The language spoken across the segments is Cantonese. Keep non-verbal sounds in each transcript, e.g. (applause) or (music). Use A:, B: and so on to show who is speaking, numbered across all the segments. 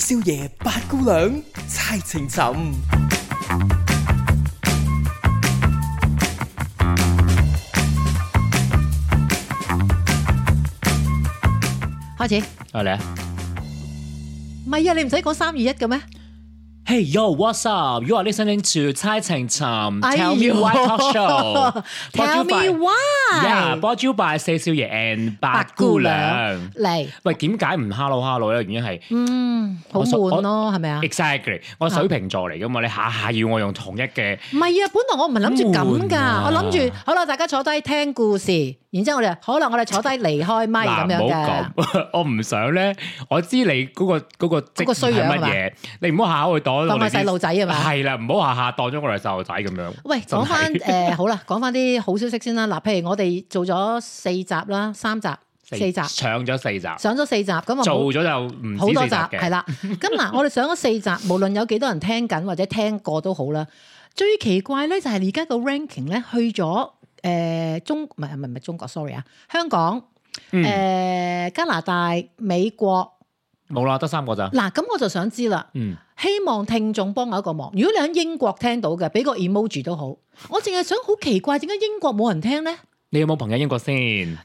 A: 少爺、八姑娘猜情尋。
B: 開始。
C: 我嚟啊
B: 唔係啊，你唔使講三二一嘅咩？
C: ！Hey yo，what's up？You are listening to 猜情尋 Tell
B: 哎
C: me
B: 呦
C: why
B: (laughs)
C: talk show。
B: Tell me why
C: Yeah，brought you by 四少爺 and 八
B: 白
C: 姑娘。
B: 嚟，
C: 喂，點解唔 hello hello 咧？原因係
B: 嗯，好
C: 我想
B: 悶
C: 我
B: 咯，係咪啊？
C: exactly，我
B: À.
C: 水瓶座嚟噶嘛，你下下要我用同一嘅，
B: 唔係啊，本來我唔係諗住咁
C: 悶
B: 㗎，
C: 啊
B: 我諗住好啦，大家坐低聽故事，然之後我哋可能我哋坐低離開咪咁
C: 嗱
B: 樣
C: 唔
B: 嘅
C: 好。 (laughs) 咁，我唔想咧，我知你嗰個嗰個職
B: 嗰個衰樣
C: 係乜
B: 係嘛
C: 嘢，你唔好下下會當
B: 當
C: 我
B: 我
C: 哋
B: 係細路仔係嘛
C: 係啦，唔好下下當咗我哋係細路仔咁樣。
B: 喂，
C: 真係
B: 講翻誒好啦，講翻啲好消息先啦。嗱，譬如我哋做咗四集啦，三集、四集，
C: 上咗四集，
B: 上咗四集，咁啊
C: 做
B: 好
C: 咗就唔
B: 好
C: 止
B: 多
C: 四
B: 集
C: 集嘅
B: 係。啦。咁
C: (laughs)
B: 嗱，我哋上咗四集，無論有幾多人聽緊或者聽過都好啦。最奇怪咧就係而家個 ranking 咧去咗誒、呃中唔係唔係唔係中國，sorry 啊，香港誒、
C: 嗯
B: 呃加拿大、美國
C: 冇啦，得三個咋。
B: 嗱，咁我就想知啦。
C: 嗯，
B: 希望聽眾幫我一個忙。如果你喺英國聽到嘅，俾個 emoji 都好。我淨係想好奇怪，點解英國冇人聽咧？
C: 你有冇朋友英國先？
B: 誒、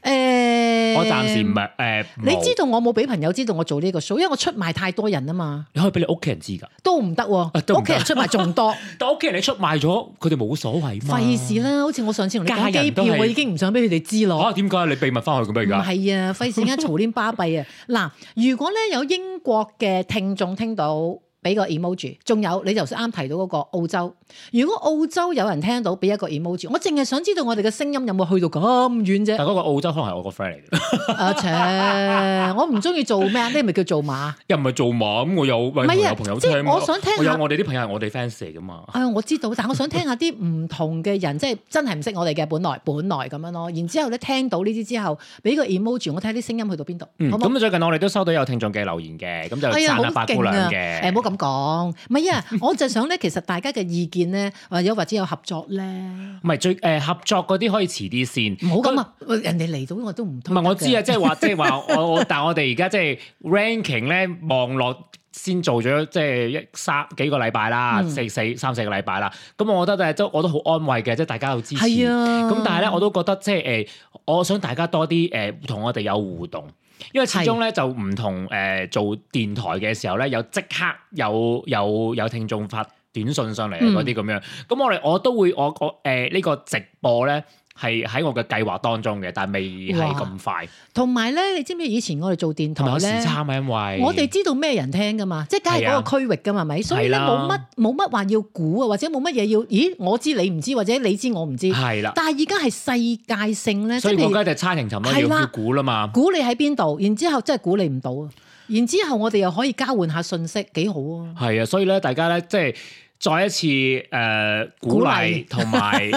C: 我暫時唔。係誒，
B: 你知
C: 道
B: 道我冇俾朋友知道我做呢個 show，因為我出賣太多人啊嘛，
C: 你可以俾你屋企人知㗎，
B: 都唔得
C: 啊都唔
B: 喎。
C: 得
B: 屋企人出賣仲
C: (laughs)
B: 多，
C: 但屋企人你出賣咗，佢哋冇所謂嘛。
B: 費事啦。好似我上次同你講
C: 家
B: 機
C: 人都
B: 票，
C: 係
B: 我已經唔想俾佢哋知咯。
C: 嚇啊點解你秘密翻去咁樣
B: 唔
C: 㗎？
B: 係啊，費事而家嘈啲巴
C: (laughs)
B: 閉啊！嗱，如果咧有英國嘅聽眾聽到，俾個 emoji，仲有你頭先啱提到嗰個澳洲，如果澳洲有人聽到，俾一個 emoji，我淨係想知道我哋嘅聲音有冇去到咁遠啫
C: 但。嗰個澳洲可能係我個 friend 嚟嘅，
B: 啊切，我唔中意做咩？啊呢咪叫做馬？
C: 又唔係做馬咁，我有喂
B: 唔係啊
C: 有朋友
B: 即
C: 聽
B: 係
C: 㗎。
B: 我想聽下
C: 我有我哋啲朋友係我哋 fans 嚟㗎嘛。
B: 啊、我知道，但我想聽下啲唔同嘅人，即係真係唔識我哋嘅，本來本來咁樣咯。然之後咧，聽到呢啲之後，俾個 emoji，我睇下啲聲音去到邊度，
C: 嗯，
B: 好唔好？
C: 咁最近我哋都收到有聽眾嘅留言嘅，咁就
B: 哎呀，
C: 讚
B: 好
C: 下八姑
B: 勁
C: 娘
B: 啊！
C: 嘅。
B: 誒，唔好咁講，唔係
C: (laughs)
B: 啊，我就想咧，其實大家嘅意見咧，或者或者有合作咧，
C: 唔係最誒合作嗰啲可以遲啲先。
B: 唔好咁啊！喂人哋嚟到我都唔
C: 唔
B: 推得
C: 係
B: 嘅
C: 我知啊，即係話，即係話我我，但係我哋而家即係 ranking 咧，望落先做咗即係一三幾個禮拜啦，
B: 嗯
C: 四四三四個禮拜啦。咁我覺得誒，都我都好安慰嘅，即係大家有支持。
B: 係啊，
C: 咁但係咧，我都覺得即係誒，我想大家多啲誒同我哋有互動，因為始終咧就唔同誒做電台嘅時候咧，有即刻有有有聽眾發短信上嚟啊
B: 嗯
C: 嗰啲咁樣。咁我哋我都會我我誒呢個直播咧係喺我嘅計劃當中嘅，但係未係咁快，
B: 同埋咧，你知唔知以前我哋做電
C: 同埋
B: 台
C: 有時
B: 咧？
C: 差嘛，因為
B: 我哋知道咩人聽噶嘛，即係梗係嗰個區域噶嘛，係咪？所以咧
C: 啊係
B: 冇
C: 啦
B: 乜冇乜話要估啊，或者冇乜嘢要，咦？我知你唔知，或者你知我唔知。
C: 係啦，
B: 但係而家係世界性咧，即
C: 所
B: 係
C: 以
B: 譬
C: 我而
B: 如
C: 家就差停尋啦，
B: 係
C: 要
B: 啦
C: 要估啦嘛。
B: 估你喺邊度，然之後真係估你唔到啊。然之後我哋又可以交換下信息，幾好啊！
C: 係啊，所以咧，大家咧，即係再一次誒、呃
B: 鼓
C: 鼓
B: 勵
C: 勵同
B: (laughs)
C: 埋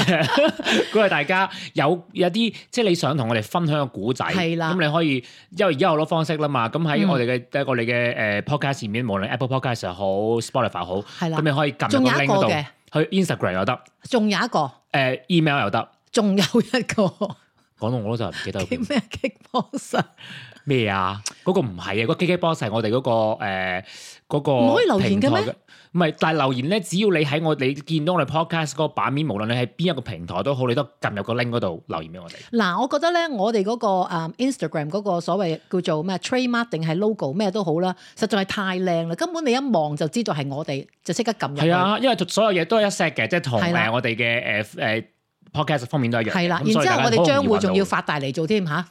C: (laughs) 鼓勵大家有有啲即係你想同我哋分享嘅古仔，
B: 係啦
C: 咁你可以因為而家有好多方式啦嘛，咁喺
B: 嗯
C: 我哋嘅即係我哋嘅誒呃 podcast 面，無論 Apple Podcast 又好，Spotify 好，
B: 係啦
C: 咁你可以撳
B: 仲
C: 入
B: 有
C: 個
B: 一
C: link
B: 個
C: 嗰
B: 嘅
C: 度，去 Instagram 又得，誒、
B: 仲有一個，
C: email 又得。
B: 仲有一個
C: 講到我都就唔記得
B: (laughs) 叫
C: 咗
B: 咩 kickboxer，
C: 咩啊？嗰、個唔係啊，嗰、個 KK Box 係我哋嗰、個誒嗰、個
B: 唔可以留言嘅咩
C: 平台？唔係，但係留言咧，只要你喺我哋見到我哋 podcast 嗰個版面，無論你喺邊一個平台都好，你都撳入個 link 嗰度留言俾我哋。
B: 嗱，我覺得咧，我哋嗰個誒 Instagram 嗰個所謂叫做咩 trademark 定係 logo 咩都好啦，實在係太靚啦，根本你一望就知道係我哋，就即刻撳入去。
C: 係啊，因為所有嘢都係一 set 嘅，即係同
B: 係啦
C: 誒我哋嘅誒誒 podcast 方面都一樣嘅。
B: 係啦，然
C: 咁所以
B: 之後
C: 大家
B: 我哋
C: 好容
B: 將
C: 易
B: 會
C: 揾
B: 仲要
C: 到
B: 發大嚟做添吓，
C: 呢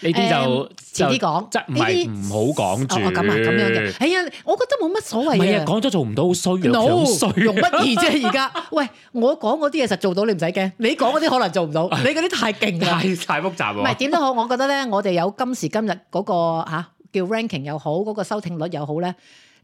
C: 啲就
B: 遲啲
C: 就
B: 講，
C: 即係唔
B: 呢
C: 係
B: 啲
C: 唔好講住。
B: 哦哦咁啊咁樣嘅，哎呀，我覺得冇乜所
C: 唔係
B: 謂
C: 啊，
B: 啊。
C: 講咗做唔到好衰啊，
B: no
C: 好衰
B: 用
C: 啊。
B: 乜易啫？而家喂，我講嗰啲嘢實做到，你唔使驚。你講嗰啲可能做唔
C: (laughs)
B: 到，你嗰啲太勁啦
C: (laughs) 太。太複雜
B: 唔係
C: 喎。
B: 點都好，我覺得咧，我哋有今時今日嗰、個、啊、叫 ranking 又好，嗰、個收聽率又好咧，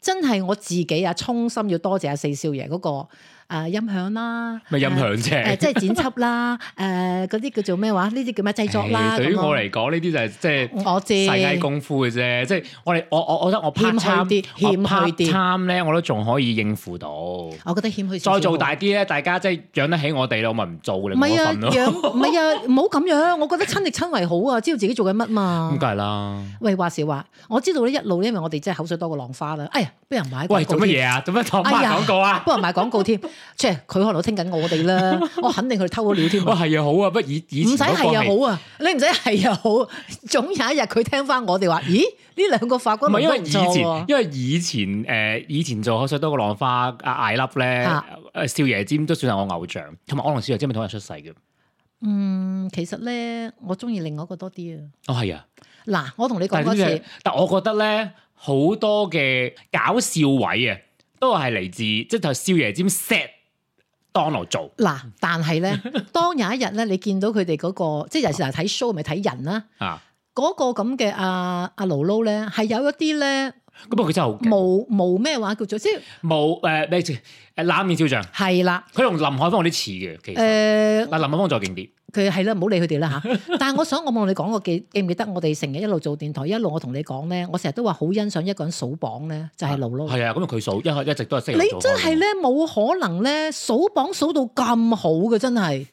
B: 真係我自己啊，衷心要多謝阿四少爺嗰、個、誒音響啦，
C: 咪音響
B: 誒誒
C: 啫。
B: 即係剪輯啦， (laughs) 誒嗰啲叫做咩話？呢啲叫咩製作啦？
C: (laughs) 誒對於
B: 咁
C: 我
B: 樣
C: 嚟講，呢啲就係即係。
B: 我知
C: 世界功夫嘅啫，即係我哋我我我覺得我 part
B: 謙虛
C: time
B: 啲
C: 我
B: 謙虛
C: part
B: 啲
C: time 咧，我都仲可以應付到。
B: 我覺得謙虛少少
C: 再做
B: 好
C: 大啲咧，大家即係養得起我哋咯，我咪唔做你
B: 唔
C: 冇
B: 係
C: 得
B: 啊，
C: 份咯。
B: 養唔係啊，唔好咁樣。我覺得親力親為好啊，知道自己做緊乜嘛
C: 咁。梗係
B: (laughs)
C: 啦。
B: 喂，話時話，我知道呢一路咧，因為我哋真係口水多過浪花啦。哎呀，不如買廣告
C: 喂，做乜
B: 添？
C: 嘢啊？做乜講
B: 哎
C: 翻
B: 呀
C: 廣告啊？
B: 不如買廣告
C: (laughs)
B: 添，即係佢可能都聽緊我哋啦。我肯定佢偷咗料添
C: 哇，
B: 啊。
C: 係啊，好啊，不過以以
B: 唔
C: 前
B: 使
C: 嗰個
B: 係
C: 係
B: 又好啊，你唔使係又好，總有一日佢聽翻我哋話，咦？呢兩個法
C: 唔
B: 官
C: 係因
B: 都啊
C: 為
B: 唔
C: 以
B: 錯
C: 前
B: 喎，。
C: 因為以前誒以前做口水多過浪花啊艾粒咧，
B: 嚇
C: 誒少爺尖都算係我偶像，同埋我同少爺尖咪同日出世嘅。
B: 嗯，其實咧，我中意另外一個多啲啊。
C: 哦，係啊，
B: 嗱，我同你講
C: 但
B: 多
C: 係呢
B: 次
C: 啲，但我覺得咧好多嘅搞笑位啊，都係嚟自即係少爺尖 set Donald 做。
B: 嗱，但係咧，
C: (laughs)
B: 當有一日咧，你見到佢哋嗰個，即係有時候睇 show 咪睇人啦。
C: 啊！
B: 嗰個咁嘅阿阿盧盧咧，係有一啲咧
C: 咁啊不過佢真係好勁
B: 冇冇咩話叫做，即係
C: 冇誒咩誒冷面笑匠，
B: 係啦，
C: 佢同林海峰有啲似嘅，其實。
B: 誒
C: 嗱，林海峰再勁啲，
B: 佢係啦，唔好理佢哋啦
C: (laughs)
B: 嚇。但係我想我冇同你講過記記唔記得，我哋成日一路做電台，一路我同你講咧，我成日都話好欣賞一個人數榜咧，就係盧盧。
C: 係啊，咁佢數一一直都係識人
B: 你
C: 做
B: 真
C: 開
B: 係咧冇可能咧數榜數到咁好嘅，真
C: (laughs)
B: 係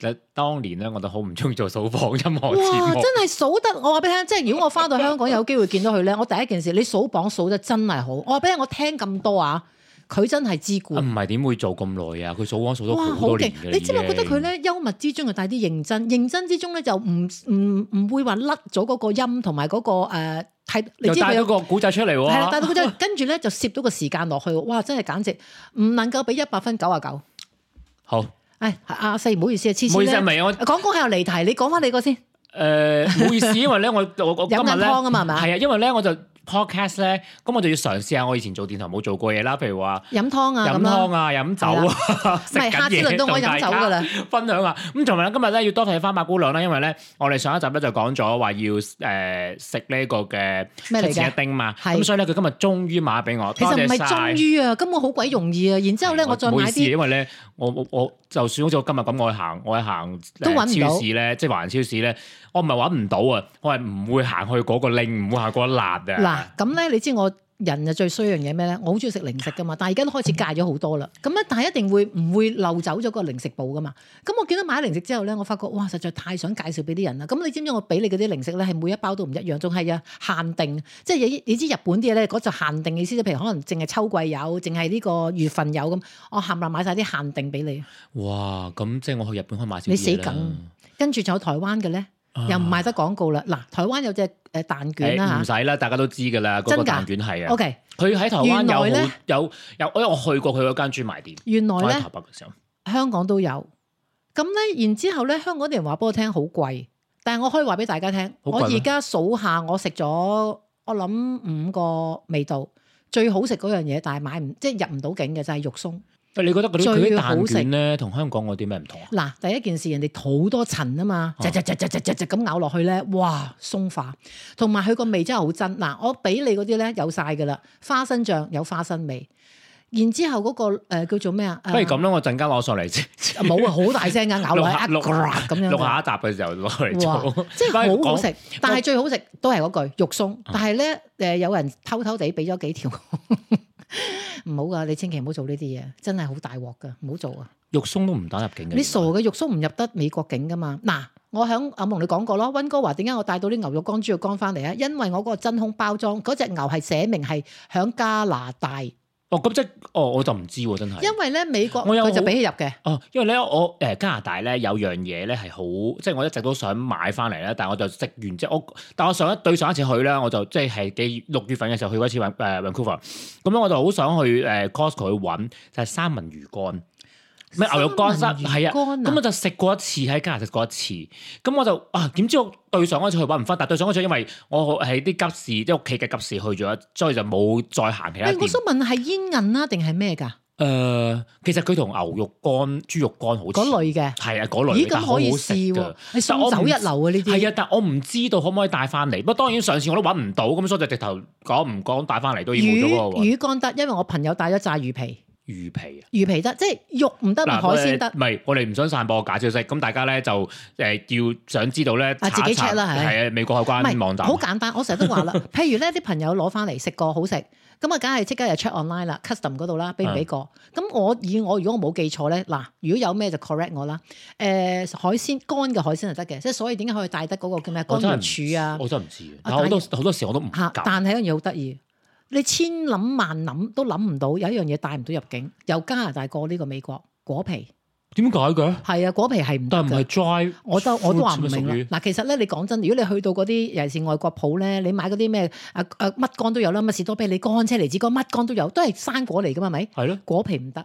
C: 嗱，當年咧，我就好唔中意做數房音樂節
B: 哇！
C: 目
B: 真，係數得我話俾你聽，即係如果我翻到香港有機會見到佢咧，我第一件事你數榜數得真係好。我話俾你聽，我聽咁多啊，佢真係知故
C: 啊。唔係點會做咁耐啊？佢數房數咗
B: 哇，
C: 好
B: 好
C: 多
B: 勁
C: 年！嘅啦
B: 你知唔知我覺得佢？咧幽默之中又帶啲認真，認真之中咧就唔唔唔會話甩咗嗰個音同埋嗰個誒睇，
C: 已
B: 你
C: 經又
B: 知佢
C: 帶咗
B: 有
C: 個古仔出嚟
B: 係啦，帶
C: 喎，
B: 到嗰陣， (laughs) 跟住咧就攝到個時間落去喎，哇！真係簡直唔能夠俾一百分九啊九。
C: 好，
B: 唉，阿四唔好意思啊，黐
C: 唔好
B: 線
C: 意思啊，
B: 咧
C: 唔。係我
B: 講講下又離題，你講翻你個先。
C: 呃誒，唔好意思，因為咧我我我今
B: 飲
C: 日
B: 緊
C: 咧
B: 湯啊嘛係嘛
C: 係啊，因為咧我就 podcast 咧，咁我就要嘗試下我以前做電台冇做過嘢啦，譬如話
B: 飲湯啊
C: 飲
B: 咁啦
C: 湯，啊、飲酒啊、
B: 唔
C: 食
B: 係
C: 緊
B: 下次
C: 嘢
B: 輪到我
C: 同大
B: 飲酒
C: 家
B: 㗎啦。
C: 分享下。咁同埋咧，今日咧要多謝翻馬姑娘啦，因為咧我哋上一集咧就講咗話要誒食呢個嘅
B: 咩嚟㗎
C: 七錢一丁嘛，
B: 係
C: 咁所以咧佢今日終於買俾我，
B: 其
C: 多
B: 實唔
C: 謝
B: 係
C: 晒
B: 終。於啊，根本好鬼容易啊。然之後咧，我再
C: 唔好
B: 買
C: 意思，啊
B: 啲
C: 因為咧，我我我就算好似我今日咁，我去行我去行
B: 都揾唔
C: 誒
B: 到
C: 超市咧，即係華人超市咧，我唔係揾唔到啊，我係唔會行去嗰個拎，唔會行嗰一辣
B: 嗱
C: 啊。，
B: 咁咧，你知我人就最衰一樣嘢咩咧？我好中意食零食噶嘛，但係而家都開始戒咗好多啦。咁咧，但係一定會唔會漏走咗個零食部噶嘛？咁我見到買咗零食之後咧，我發覺哇，實在太想介紹俾啲人啦。咁你知唔知我俾你嗰啲零食咧係每一包都唔一樣，仲係啊限定，即係
C: 嗯
B: 你你知日本啲嘢咧嗰就限定嘅意思，譬如可能淨係秋季有，淨係呢個月份有咁，我冚唪唥買晒啲限定俾你。
C: 哇！咁即係我去日本可以買少啲
B: 你死
C: 嘢啦
B: 梗，跟住仲有台灣嘅咧，又唔賣得廣告啦。嗱，台灣有隻誒蛋卷
C: 誒
B: 啦
C: 唔
B: 嚇
C: 使啦，大家都知㗎啦，嗰個
B: 真㗎
C: 蛋卷係啊。
B: ，OK，
C: 佢喺台灣
B: 原來
C: 有
B: 咧
C: 好有有，因為我去過佢嗰間專賣店，
B: 原來
C: 我
B: 咧
C: 喺。台北嘅時候。
B: 香港都有。咁咧，然之後咧，香港啲人話俾我聽好貴，但係我可以話俾大家聽，
C: 好貴
B: 我
C: 咩
B: 而家數下，我食咗我諗五個味道，最好食嗰樣嘢，但係買唔即係入唔到境嘅就係、肉鬆。
C: 喂，你覺得嗰啲佢啲
B: 最好
C: 蛋
B: 食
C: 卷咧，同香港嗰啲咩唔同啊？
B: 嗱，第一件事人哋好多塵啊嘛，
C: 哦
B: 窒窒窒窒窒窒窒咁咬落去咧，哇，鬆化，同埋佢個味真係好真。嗱，我俾你嗰啲咧有晒噶啦，花生醬有花生味，然之後嗰、個呃叫做咩啊？
C: 不如咁啦，我陣間攞上嚟先。
B: 呃冇啊，好大聲㗎，咬落
C: 錄
B: 去
C: 下 (laughs)
B: 啊
C: 錄
B: 咁樣㗎
C: 錄下一集嘅時候攞嚟
B: 哇
C: 做，
B: 即係好好食，但
C: 喂
B: 係最好食都係嗰句肉鬆。但係咧，誒有人偷偷地俾咗幾條，唔好噶，你千祈唔好做呢啲嘢，真係好大鑊噶，唔好做 (laughs) 啊！
C: 肉鬆都唔打入境嘅。
B: 你傻嘅肉鬆唔入得美國境噶嘛？嗱，我響阿蒙你講過咯，温哥華點解我帶到啲牛肉乾、豬肉乾翻嚟啊？因為我嗰個真空包裝嗰只牛係寫明係響加拿大，因
C: 哦，咁即係哦，我就唔知喎，真係。
B: 為咧美國
C: 我有
B: 佢就
C: 好
B: 俾佢入嘅。
C: 哦，因為咧我誒加拿大咧有樣嘢咧係好，即係我一直都想買翻嚟咧，但係我就食完之後，我但我上一對上一次去咧，我就即係係幾六月份嘅時候去過一次誒 Vancouver，咁樣我就好想去誒 Costco 去揾就係三文魚乾，咩牛肉乾
B: 三
C: 三
B: 文魚
C: 係啊，
B: 乾啊
C: 咁我就食過一次喺加拿大食過一次，咁我就啊點知我對上嗰次去揾唔翻，但對上嗰次因為我喺啲急事，即係屋企嘅急事去咗，所以就冇再行其他
B: 喂，我
C: 店。
B: 想問係煙韌啦定係咩㗎？
C: 誒、呃其實佢同牛肉乾、豬肉乾好似
B: 嗰類嘅。
C: 係啊，嗰類
B: 咦，
C: 但係
B: 咁
C: 好
B: 可以
C: 好食
B: 試
C: 㗎
B: 喎！你送走一流啊呢啲。
C: 係啊，但我唔知道可唔可以帶翻嚟。不過當然上次我都揾唔到，咁所以就直頭講唔講帶翻嚟都已經冇咗嗰個
B: 魚
C: 喎。
B: 魚乾得，因為我朋友帶咗炸魚皮，
C: 魚皮啊？
B: 魚皮得，即係肉唔得，咪海
C: 我哋
B: 鮮得
C: 唔。係，我哋唔想散播假消息，咁大家咧就誒要想知道咧，
B: 啊自己 check 啦係
C: 係啊，美國海
B: 唔係
C: 關網站
B: 好簡單，我成日都
C: (laughs)
B: 話啦，譬如咧啲朋友攞翻嚟食過好食，咁啊梗係即刻又 check online 啦，custom 嗰度啦，俾唔俾過？
C: 嗯
B: 咁我以我如果我冇記錯咧，嗱，如果有咩就 correct 我啦。誒、海鮮乾嘅海鮮就得嘅，即係所以點解可以帶得嗰個叫咩
C: 我
B: 乾
C: 真係
B: 魚
C: 唔
B: 柱啊？
C: 我真係唔知
B: 啊
C: 但好多好多時我都唔
B: 嚇！
C: 夾。
B: 但係一樣嘢好得意，你千諗萬諗都諗唔到，有一樣嘢帶唔到入境，由加拿大過呢個美國果皮，
C: 點解嘅？
B: 係啊，果皮係唔得
C: 但係唔
B: 嘅。
C: 係 dry，
B: 我都我都話唔
C: fruits 咩
B: 明
C: 屬於
B: 啦。嗱，其實咧，你講真，如果你去到嗰啲尤其是外國鋪咧，你買嗰啲咩啊啊乜乾都有啦，乜士多啤梨乾、車厘子乾，乜乾都有，都係生果嚟噶嘛，係咪？
C: 係咯。
B: 果皮唔得，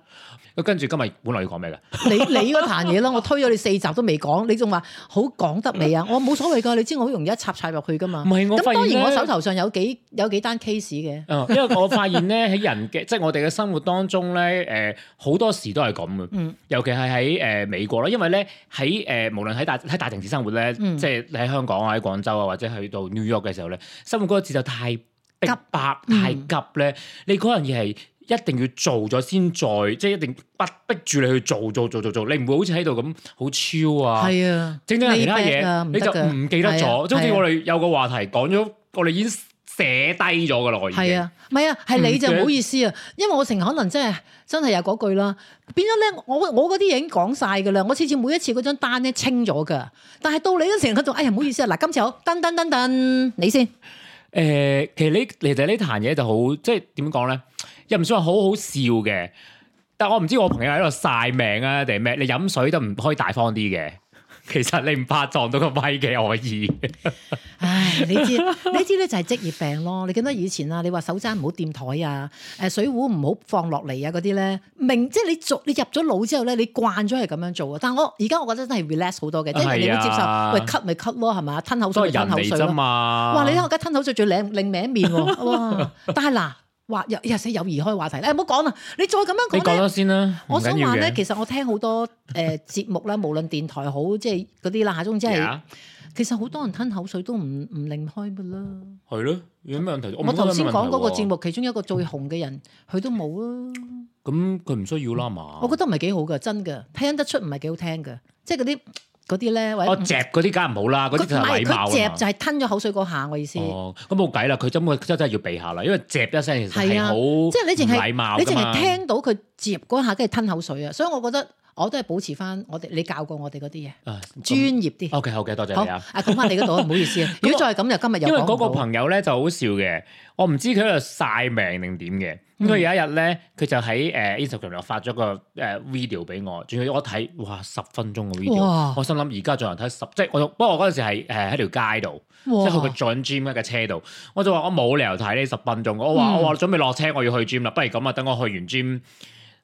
C: 咁跟住今日本來要講咩㗎？ (laughs)
B: 你你嗰壇嘢啦，我推咗你四集都未講，你仲話好講得未啊？我冇所謂㗎，你知我好容易一插插入去㗎嘛。
C: 唔係我
B: 咁
C: 發現
B: 當然我
C: 咧
B: 手頭上有幾有幾單 case 嘅。
C: 嗯，因為我發現咧 (laughs) 喺人嘅，即係我哋嘅生活當中咧，誒、好多時都係咁嘅，
B: 嗯
C: 尤其係喺誒美國啦，因為咧喺誒無論喺大喺大城市生活咧，
B: 嗯
C: 即係你喺香港啊、喺廣州啊，或者去到 New York 嘅時候咧，生活嗰個節奏太逼迫、
B: 嗯
C: 太急咧，你嗰樣嘢係。一定要做咗先再，即係一定逼逼住你去做做做做做，你唔會好似喺度咁好超啊，
B: 係啊，
C: 整整下其他
B: Layback 啊
C: 嘢，
B: 唔
C: 你
B: 得
C: 就
B: 㗎
C: 唔記得
B: 係啊
C: 咗，即係好似
B: 係啊
C: 我哋有個話題講咗，我哋已經寫低咗㗎啦，我已經。
B: 係啊，唔係啊，係
C: 嗯
B: 你就唔好意思啊，因為我成日可能真係真係有嗰句啦，變咗咧，我我嗰啲嘢已經講晒㗎啦，我次次每一次嗰張單咧清咗㗎，但係到你嗰陣時佢仲，哎呀唔好意思啊，嗱今次好，噔噔噔噔，你先，
C: 誒、其實呢，其實呢壇嘢就好，即係點講咧，又唔算話好好笑嘅。但我唔知我朋友喺度晒命啊，定係咩？你飲水都唔可以大方啲嘅。其實你唔怕撞到個咪嘅，我以
B: 唉，你
C: (laughs)
B: 知呢啲咧就係職業病咯，你記得以前啊，你話手踭唔好掂台啊，誒水壺唔好放落嚟啊嗰啲咧，明即係你做你入咗腦之後咧，你慣咗係咁樣做啊，但我而家我覺得真係 relax 好多嘅，即係人哋會接受，
C: 係啊
B: 喂咳咪咳咯係嘛，吞口
C: 都
B: 水咪
C: 係人
B: 吞口
C: 嚟
B: 水
C: 啫
B: 咯。
C: 嘛。
B: 哇！你睇我而家吞口水最靚另名一面
C: (laughs)
B: 喎，哇！但係嗱，話又又死友誼開話題，誒唔好講啦，你再咁
C: 你
B: 樣講
C: 講
B: 咧。
C: 咗先啦，唔
B: 我想
C: 緊要
B: 話咧，
C: 嘅。
B: 其實我聽好多誒、呃、節目啦，無論電台好， (laughs) 即係嗰啲啦，總之係
C: Yeah，
B: 其實好多人吞口水都唔唔擰開噶啦。
C: 係咯，有咩問題？
B: 我頭先講嗰個節
C: 目，
B: 目，其中一個最紅嘅人，佢都冇啊。
C: 咁佢唔需要啦嘛。
B: 我覺得唔係幾好噶，真噶，聽得出唔係幾好聽噶，即係嗰啲嗰啲咧，或者
C: 我哦嚼嗰啲梗係唔好啦，嗰啲就
B: 唔
C: 係
B: 係
C: 禮貌
B: 佢
C: 啊
B: 嚼
C: 嘛
B: 就係吞咗口水嗰下，我意思。
C: 哦，咁冇計啦，佢真佢真真係要避下啦，因為嚼一聲其實
B: 係
C: 係
B: 啊
C: 好
B: 即係你淨
C: 唔禮貌
B: 係你
C: 㗎
B: 淨
C: 嘛
B: 係聽到佢接嗰下，跟住吞口水啊！所以我覺得我都係保持翻我哋你教過我哋嗰啲嘢，
C: 啊咁
B: 專業啲。
C: O K，好嘅，多謝
B: 好
C: 你啊。
B: 啊，講翻你嗰度，唔好意思啊。如果再係咁，就今日
C: 因
B: 又
C: 為
B: 講
C: 嗰
B: 唔
C: 個
B: 到
C: 朋友咧就好笑嘅，我唔知佢喺度晒命定點
B: 嗯
C: 嘅。咁佢有一日咧，佢就喺誒 Instagram 度發咗個誒 video 俾我，仲要我睇，哇十分鐘嘅 video，
B: 哇
C: 我心諗而家仲有人睇十，即係我不過我嗰陣時係誒喺條街度，即
B: 哇
C: 係佢個 join gym 嘅車度，我就話我冇理由睇呢十分鐘，我話
B: 嗯
C: 我話準備落車我要去 gym 啦，不如咁啊，等我去完 gym。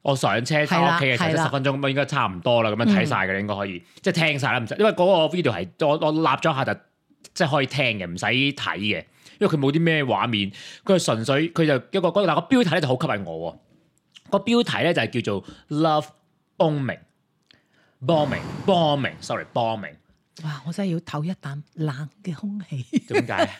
C: 我上車翻屋企嘅時候
B: 係啦係
C: 得
B: 啦
C: 十分鐘，咁應該差唔多啦，咁樣睇晒嘅啦應該可以，即係聽晒啦，唔使，因為嗰個 video 係我我立咗下就即係可以聽嘅，唔使睇嘅，因為佢冇啲咩畫面，佢係純粹佢就一個嗰個但個標題咧就好吸引我喎，個標題咧就係叫做 Love Bombing，Bombing，Bombing，sorry，Bombing，
B: 哇！我真係要唞一啖冷嘅空氣。
C: 點解？ (laughs)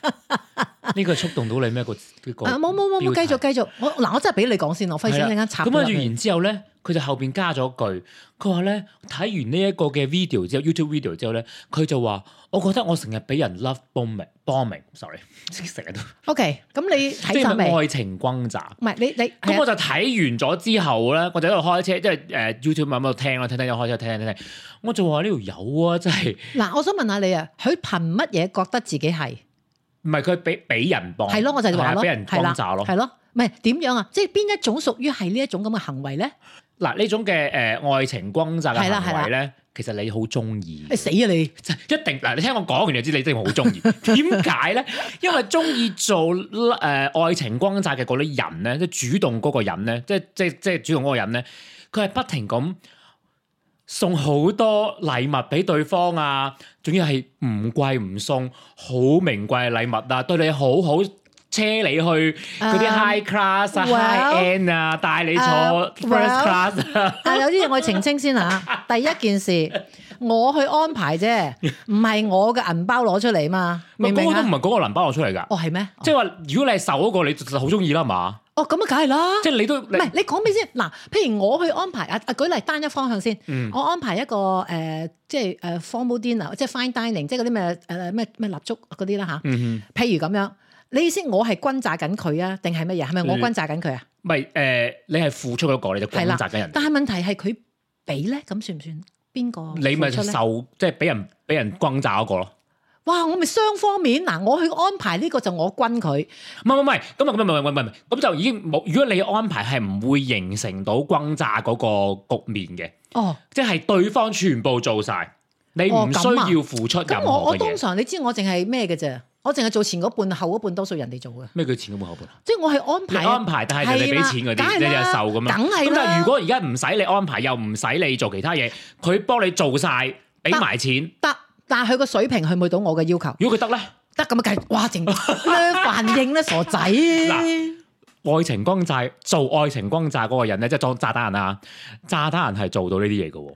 C: 呢個觸動到你咩？個個
B: 啊，冇冇冇冇，
C: 標題
B: 繼續繼續。我嗱，我真係俾你講先，我費事一
C: 係啦啊
B: 陣間插咗
C: 咁
B: 入
C: 跟住
B: 去。
C: 然之後咧，佢就後邊加咗句，佢話咧睇完呢一個嘅 video 之後，YouTube video 之後咧，佢就話：我覺得我成日俾人 love bombing，bombing，sorry，成 (laughs) 日都
B: OK，咁你
C: 即
B: 睇晒未？
C: 係
B: 唔
C: 愛情轟炸。
B: 係你你
C: 咁
B: 係
C: 我
B: 啊
C: 就睇完咗之後咧，我就喺度開車，即係誒 YouTube 咪喺度聽啦，聽聽又開車聽聽聽聽，我就話呢度有啊，真係
B: 嗱，我想問下你啊，佢憑乜嘢覺得自己係？
C: 唔係佢俾俾人幫，
B: 係咯，我就係話
C: 係啊
B: 咯，
C: 俾人轟炸咯。
B: 係咯，唔係點樣啊？即係邊一種屬於係呢一種咁嘅行為咧？
C: 嗱呢種嘅誒愛情轟炸嘅
B: 係啦係啦
C: 行為咧，其實你好中意
B: 你。死啊你！
C: 就 (laughs) 一定嗱，你聽我講完就知你真係好中意。點解咧？因為中意做誒、呃、愛情轟炸嘅嗰啲人咧，即係主動嗰個人咧，即係即係即係主動嗰個人咧，佢係不停咁送好多禮物俾對方啊，仲要係唔貴唔送，好名貴嘅禮物啊，對你好好。車你去嗰啲 high class 啊、
B: well，
C: high end 啊，帶你坐
B: 啊
C: first
B: well
C: class 啊，
B: 啊，有啲嘢我澄清先
C: (laughs)
B: 嚇。第一件事，我去安排啫，唔係我嘅銀包攞出嚟嘛，明唔
C: 嗰
B: 明
C: 個都唔
B: 啊？
C: 係嗰個銀包攞出嚟㗎。
B: 哦，係咩？
C: 即係話，如果你係瘦嗰個，你就好中意啦，係嘛？
B: 哦，咁啊，梗係啦。
C: 即係你都
B: 唔係，你講俾先嗱，譬如我去安排啊啊，舉例單一方向先，
C: 嗯
B: 我安排一個誒、呃即係誒 formal dinner，即係 fine dining，即係嗰啲咩誒咩咩蠟燭嗰啲啦吓，
C: 嗯
B: 譬如咁樣，你意思我係轟炸緊佢啊，定係乜嘢？係咪我
C: 嗯
B: 轟炸緊佢啊？
C: 哼，唔係誒，你係付出嗰個，你就
B: 係
C: 轟
B: 啦
C: 炸緊人，
B: 但係問題係佢俾咧，咁算唔算邊個？
C: 你咪
B: 受？
C: 受即係俾人俾人轟炸嗰個咯。
B: 哇！我咪雙方面嗱，我去安排呢個就我轟佢，
C: 唔係唔係唔係，咁啊唔係唔係唔係唔係，咁就已經冇。如果你安排係唔會形成到轟炸嗰個局面嘅，
B: 哦。
C: 即係對方全部做晒，你
B: 哦
C: 唔需
B: 咁啊
C: 要付出任
B: 咁我
C: 何
B: 我
C: 嘅
B: 通
C: 嘢。
B: 常你知我淨係咩嘅啫，我淨係做前嗰半，後嗰半多數人哋做嘅，
C: 咩叫錢嘅冇後半？
B: 即係我係安
C: 你
B: 排啊
C: 安排，但係人哋俾錢嗰
B: 係啦
C: 啲，你
B: 梗
C: 就
B: 係啦
C: 受咁樣。
B: 梗係啦
C: 咁但係如果而家唔使你安排，又唔使你做其他嘢，佢幫你做晒，俾
B: 啊
C: 埋錢，
B: 得，但係佢個水平去唔去到我嘅要求，
C: 如果佢得咧，
B: 得咁啊計，哇！
C: (laughs)
B: 淨咩反應咧，傻仔。
C: 嗱愛情轟炸做愛情轟炸嗰個人咧，即係裝炸彈人啊！炸彈人係做到呢啲嘢嘅喎，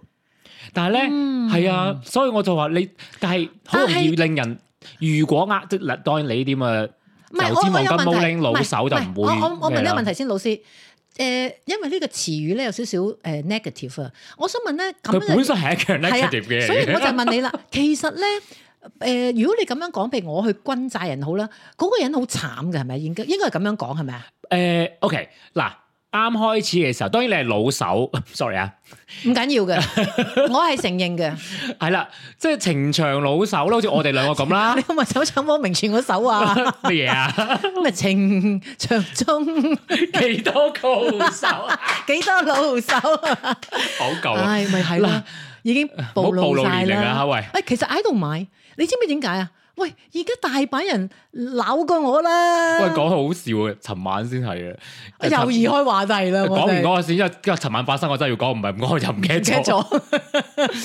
C: 但係咧
B: 嗯
C: 係啊，所以我就話你，但係好容易令人如果呃，即係嗱當然你呢啲咁嘅
B: 唔係
C: 油
B: 我
C: 脂
B: 我有
C: 毛巾
B: 問
C: 冇
B: 題，
C: 拎老
B: 係
C: 手就唔會
B: 係我我我問
C: 咩
B: 呢個
C: 啦
B: 問題先，老師。誒、因為呢個詞語咧有少少誒 negative 啊，我想問咧咁
C: 佢
B: 樣
C: 本身係一個
B: 係啊
C: negative 嘅
B: 所以
C: 嘢
B: 我就
C: 嚟嘅，
B: 問你
C: (laughs)
B: 啦，其實咧。誒、如果你咁樣講，譬如我去軍炸人好啦，嗰、個人好慘嘅，係咪？應該應該係咁樣講係咪啊？
C: (laughs) 誒 OK 嗱。啱開始嘅時候，當然你係老手 (laughs) ，sorry 啊，
B: 唔緊要嘅，我係承認嘅。
C: 係啦，即係情場老手啦，好似我哋兩個咁啦
B: (laughs) 你，可唔可以手掌汪明荃嗰手
C: (laughs)
B: 啊？
C: 乜嘢啊？
B: 咪情長
C: (laughs)
B: 中
C: 幾多個老手啊？
B: 幾多老手啊？
C: 好舊啊！
B: 唉，咪係啦，已經暴
C: 唔好暴
B: 露
C: 露
B: 晒
C: 年齡
B: 啦。
C: 啊喂
B: 喂，其實喺度買，你知唔知點解啊？喂，而家大把人鬧過我啦。
C: 喂，講好笑嘅，尋晚先係嘅。
B: 哎又移開話題啦，
C: 講
B: 我
C: 唔
B: 哋
C: 講我先，因為因為尋晚發生我真係要講，唔係唔講我就唔記得
B: 唔記得
C: 咗。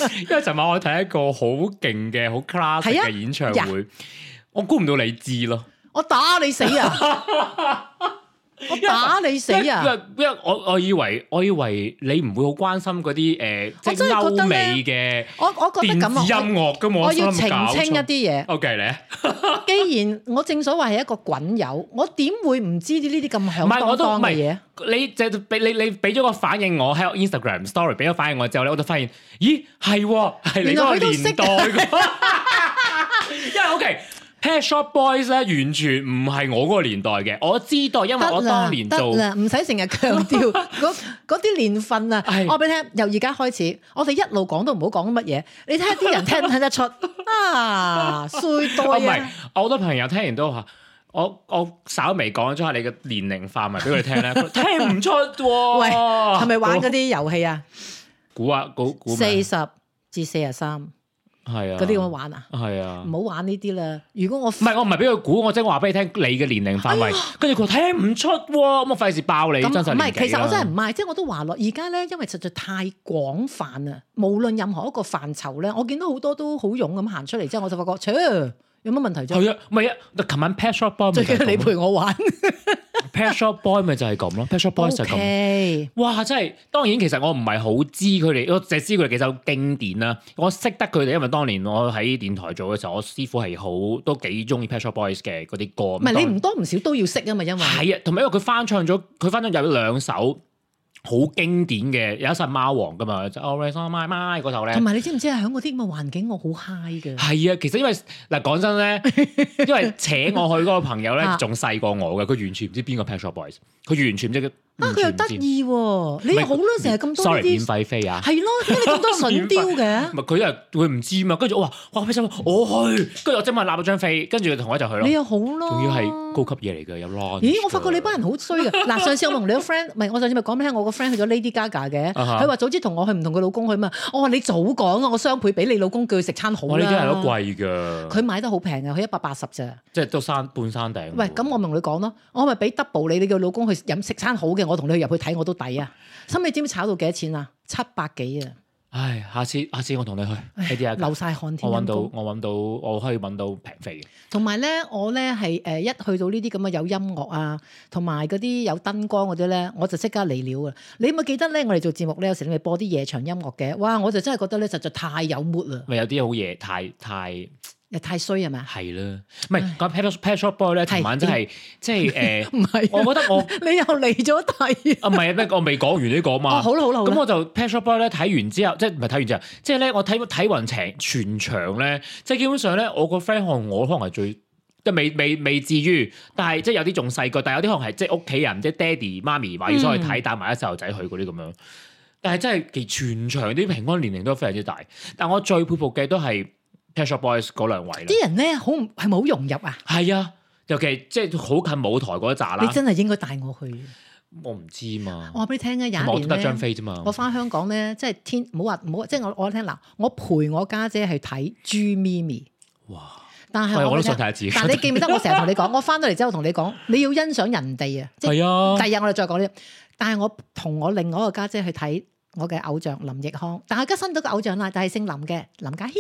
B: 咗。
C: 因為尋晚我睇一個好勁嘅、好 classic
B: 係啊
C: 嘅演唱會，我估唔到你知咯。
B: 我打你死啊！
C: (laughs)
B: 我打你死
C: 因
B: 啊！
C: 為因為我我以為我以為你唔會好關心嗰啲誒，即
B: 我真
C: 係
B: 係覺得
C: 歐
B: 呢
C: 美嘅
B: 我我覺得
C: 電
B: 咁
C: 子音
B: 啊，
C: 樂嘅
B: 我我要澄
C: 心諗搞
B: 清一
C: 錯
B: 啲
C: (laughs)
B: 嘢。
C: OK 咧，
B: 既然我正所謂係一個滾友，我點會唔知呢啲咁
C: 唔
B: 響
C: 係我
B: 當
C: 都唔
B: 當嘅
C: 係
B: 嘢？
C: 你就俾你你俾咗個反應我喺我 Instagram story 俾咗反應我之後咧，我就發現，咦係喎係你
B: 原來
C: 嗰個
B: 佢都識
C: 年代嘅， (laughs) 因為 OK。Pet Shop Boys 咧，完全唔係我嗰個年代嘅，我知道，因為我
B: 得啦
C: 當年
B: 得
C: (laughs) 做
B: 啦，唔使成日強
C: (laughs)
B: 調嗰嗰啲年份啊！
C: 係
B: 我俾你聽，由而家開始，我哋一路講都唔好講乜嘢。你睇下啲人聽唔聽得
C: (laughs)
B: 出啊？衰多
C: 我哦唔係
B: 啊！，
C: 我好多朋友聽完都話，我我稍微講咗下你嘅年齡範圍俾佢哋聽
B: (laughs)
C: 咧，佢話聽唔出喎。
B: 喂，
C: 哦
B: 係咪玩嗰啲遊戲啊？
C: 估啊估估
B: 四
C: 咩？
B: 十至四十三
C: 係啊，
B: 嗰啲咁玩啊？
C: 係啊
B: 唔。好玩呢啲啦！如果我
C: 唔係，我唔係俾佢估，我即係話俾你聽你嘅年齡範圍，跟住佢話聽唔出喎，咁我費事爆你
B: 哎
C: 真
B: 咁
C: 實
B: 唔係，
C: 年紀
B: 其實
C: 啦
B: 我真係唔係，即係我都話咯，而家咧因為實在太廣泛啦，無論任何一個範疇咧，我見到好多都好勇咁行出嚟之後，我就發覺，切有乜問題啫？
C: 係啊，唔係啊，嗱琴晚 Pet Shop Boy
B: 最
C: 咪就
B: 緊要
C: 係
B: 你
C: 咁咯
B: 陪我玩。
C: ，Pet Shop Boy 咪就係咁咯，Pet Shop Boy 就係咁。
B: K，
C: 哇！真係當然，其實我唔係好知佢哋，我淨係知佢哋幾首經典啦。我識得佢哋，因為當年我喺電台做嘅時候，我師傅係好都幾中意 Pet Shop Boys 嘅嗰啲歌。
B: 唔係你唔多唔少都要識啊嘛，因為
C: 係啊，同埋因為佢翻唱咗，佢翻唱有兩首好經典嘅，有一首貓王噶嘛，就 Always on My Mind 嗰首咧
B: 同。埋你知唔知啊喺嗰啲咁嘅環境，我好 high 嘅。
C: 係啊，其實因為嗱講
B: (laughs)
C: 真咧，因為扯我去嗰個朋友咧
B: 啊，
C: 仲細過我嘅，佢完全唔知邊個 Pet Shop Boys，佢完全唔知佢。
B: 啊，
C: 完
B: 佢又
C: 全唔
B: 得
C: 知
B: 意喎！你
C: 唔係
B: 又好啦，成日咁多呢
C: Sorry，免
B: 啲，
C: 費飛啊！
B: 係咯，點解你咁
C: (laughs)
B: 多筍雕嘅？
C: 咪佢又佢唔知嘛，跟住我話哇 Pet Shop Boys，我去，跟住我即刻立咗張飛，跟住同我一齊去
B: 你
C: 咯。
B: 又好咯，
C: 仲要係高級嘢嚟嘅，有 lunch
B: 咦！我發覺
C: 㗎
B: 你班人好衰
C: (laughs)
B: 嘅。嗱，上次我同你個 friend，唔係我上次咪講俾你聽，我個 friend 去咗 Lady Gaga
C: (laughs)
B: 嘅，
C: 啊哈
B: 佢話早知同我去唔同佢老公去嘛。我話你早講啊，我雙倍俾你老公叫佢食餐好
C: 我呢啲係都
B: 啦。
C: 貴啊㗎，
B: 佢買得好平啊，佢一百八十咋。
C: 即係都山半山頂喎。
B: 喂，咁我咪同你講咯，我咪俾 double 你，你叫老公去飲食餐好嘅，我同你去入去睇我都抵啊。心你知唔知炒到幾多錢啊？七百幾啊，
C: 唉，下次下次我同你去呢啲啊，
B: 流晒汗添。
C: 我揾到
B: 陰公
C: 我揾到我可以揾到平飛嘅。
B: 同埋咧，我咧係呃誒一去到呢啲咁嘅有音樂啊，同埋嗰啲有燈光嗰啲咧，我就即刻嚟料啊！你有冇記得咧？我哋做節目咧，有時你咪播啲夜場音樂嘅，哇！我就真係覺得咧，實在太有 mood 啦。
C: 咪有啲好嘢，太太
B: 又太衰係咪啊？ (laughs)
C: 係啦，唔係講 Pet Pet Shop Boy 咧，琴晚真係即係誒，
B: (laughs) 唔係啊，
C: 我覺得我
B: 你又嚟咗題啊。
C: 啊唔係咩，我未講完呢個嘛。
B: 哦，好啦好啦，好啦
C: 咁我就 Pet Shop Boy 咧睇完之後，即係唔係睇完之後，即係咧我睇睇完成全場咧，即係基本上咧我個 friend 可能我可能係最。即係未未未至於，但係即係有啲仲細個，但係有啲可能係即係屋企人，即係爹哋媽咪話要
B: 嗯
C: 出去睇，帶埋啲細路仔去嗰啲咁樣。但係真係其全場啲平均年齡都非常之大。但我最佩服嘅都係 Pet Shop Boys 嗰兩位啦。
B: 啲人咧好唔係咪好融入啊？
C: 係啊，尤其係即係好近舞台嗰一紮
B: 你
C: 啦。
B: 真係應該帶我去。
C: 我唔知嘛
B: 我，話俾你聽啊，有
C: 同埋我
B: 一
C: 都得張
B: 年咧，
C: 飛啫嘛。
B: 我翻香港咧，即係天唔好話唔好，即係我我聽嗱，我陪我家姐去睇朱咪咪，
C: 哇！
B: 但係
C: 喂，我
B: 我
C: 都
B: 俾你
C: 想
B: 聽
C: 睇下自己。
B: (laughs) 但你記唔記得我成日同你講，我翻到嚟之後同你講，你要欣賞人哋啊，即係
C: 係啊，
B: 第二日我哋再講呢。但係我同我另外一個家姐去睇我嘅偶像林奕匡，但係而家新到個偶像啦，但係姓林嘅林家謙。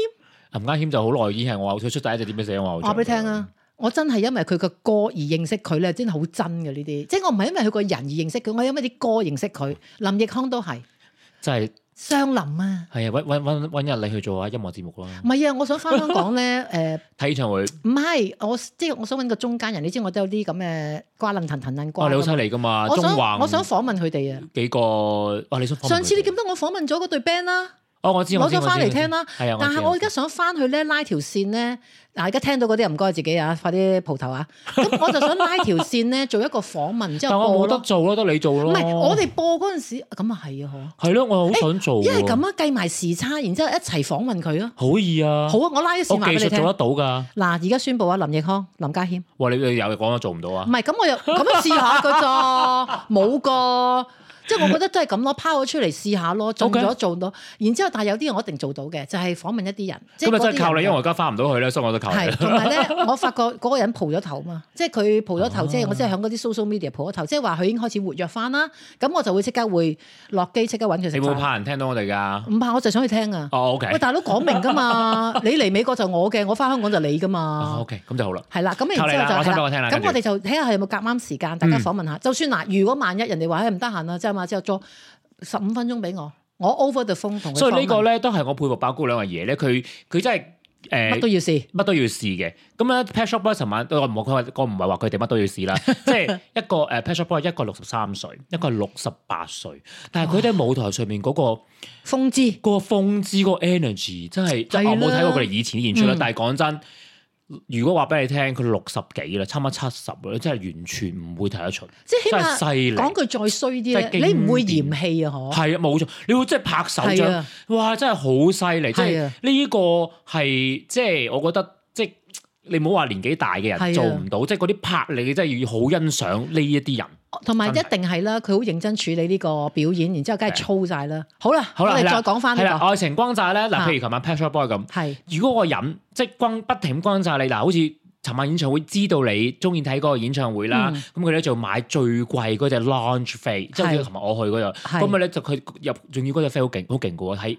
C: 林家謙就好耐已經係我偶像，出第一隻點樣寫我偶
B: 我
C: 像。
B: 話俾你聽啊！我真係因為佢嘅歌而認識佢咧，真係好真嘅呢啲。即係我唔係因為佢個人而認識佢，我係因為啲歌認識佢。林奕匡都係
C: 真係
B: 雙林啊！
C: 係啊，揾揾揾揾日你去做下音樂節目啦
B: 唔，係啊，我想翻香港 (laughs) 咧，誒、
C: 睇演唱會。
B: 唔係我即係我想揾個中間人，你知我都有啲咁嘅瓜楞騰騰楞瓜
C: 哦哇，你好
B: 㗎
C: 犀
B: 嘛。
C: 利噶嘛，
B: 我
C: 中
B: 想我想
C: 環
B: 訪問佢哋啊！
C: 幾個。哇，你想訪問佢哋
B: 上次你記唔記得我訪問咗嗰對 band 啦、
C: 啊哦，我知我
B: 攞
C: 知
B: 咗
C: 我知
B: 翻嚟
C: 我知
B: 聽啦
C: 係啊，
B: 但係
C: 係
B: 我而家想翻去咧，拉條線咧，嗱而家聽到嗰啲唔該自己啊，快啲鋪頭啊！咁我就想拉條線咧， (laughs) 做一個訪問，然之
C: 但
B: 後
C: 我
B: 播
C: 冇得
B: 咯。
C: 做咯，得你做
B: 唔
C: 咯。
B: 係我哋播嗰陣時，咁啊係啊，
C: 係咯，我好想做。
B: 嗬！一係咁，啊，計埋時差，然之後一齊訪問佢啊！
C: 好易啊，
B: 好啊，我拉咗
C: 我
B: 線話
C: 技
B: 俾你
C: 術
B: 聽。
C: 做得
B: 嗱，
C: 到㗎。
B: 而家宣佈啊，林奕匡、林家謙，
C: 哇，你你又講我做唔到啊
B: 唔？係咁我又咁樣試下噶
C: (laughs)
B: 咋，冇個。即係我覺得都係咁咯，拋咗出嚟試下咯，中
C: OK
B: 咗做到，然之後但係有啲人我一定做到嘅，就係訪問一啲人。即
C: 咁
B: 係
C: 咪
B: 嗰
C: 真
B: 啲
C: 係靠你，
B: 人啊
C: 因為我而家翻唔到去咧，所以我都靠你
B: 係，。同埋
C: (laughs)
B: 咧，我發覺嗰個人蒲咗頭嘛，即係佢蒲咗
C: 哦
B: 頭，即係我即係喺嗰啲 social media 蒲咗頭，即係話佢已經開始活躍翻啦。咁我就會即刻會落機，即刻揾佢
C: 你
B: 食
C: 會唔會
B: 飯。
C: 怕人聽到我哋㗎？
B: 唔怕，我就想去聽啊！
C: 哦，OK，
B: 喂，大佬講明噶
C: (laughs)
B: 嘛，你嚟美國就我嘅，我翻香港就你噶
C: 哦
B: 嘛。
C: ，OK，咁就好啦。
B: 係啦，咁然
C: 靠你
B: 之
C: 啦
B: 後就
C: 我
B: 係
C: 想俾我聽
B: 啦，
C: 啦跟
B: 咁
C: 住
B: 我哋就睇下佢有冇夾啱時間，大家訪問下。就算嗱，如果萬一人哋話唉唔得閒啦，即係嘛，之後再十五分鐘俾我，我 over the phone 同佢。
C: 所以呢個，咧都係我佩服爆姑兩阿爺咧，佢佢真係誒
B: 乜都要試。
C: 乜都要試嘅。咁咧 Pet Shop Boy 尋晚我唔我我唔係話佢哋乜都要試
B: (laughs)
C: 啦，即係一個誒 Pet Shop Boy 一個六十三歲，一個六十八歲，但係佢哋喺舞台上面嗰、個。
B: 風之
C: 嗰個風姿、嗰個 energy 真係，即
B: 係
C: 係
B: 啦
C: 我冇睇過佢哋以前啲演出啦。
B: 嗯
C: 但係講真，如果話俾你聽，佢六十幾啦，差唔多七十啦，真係完全唔會睇得出，
B: 即係起
C: 真係
B: 碼
C: 犀利。
B: 講句再衰啲咧
C: 真係，經典
B: 你唔會嫌棄啊！嗬，
C: 係啊，冇錯，你會真係拍手
B: 係
C: 掌
B: 啊，
C: 哇！真係好犀利，即係
B: 係啊
C: 呢個係即係我覺得即係你唔好話年紀大嘅
B: 係啊
C: 人做唔到，即係嗰啲拍你真係要好欣賞呢一啲人。
B: 同埋一
C: 真
B: 定係啦，佢好認真處理呢個表演，然之後梗係操晒啦。好啦，
C: 好啦，
B: 我
C: 係
B: 哋
C: 啦
B: 再講翻
C: 係啦
B: 呢，
C: 愛情光炸咧，嗱，
B: 啊
C: 譬如琴晚 Pet Shop Boy 咁。
B: 個係
C: 如果個人即係轟不停轟炸你，嗱，好似尋晚演唱會知道你中意睇嗰個演唱會啦，
B: 嗯
C: 咁佢咧就買最貴嗰只 launch 飛，即係好似
B: 係
C: 琴日我去嗰
B: 係
C: 度，咁啊咧就佢入，仲要嗰只飛好勁，好勁嘅喎，喺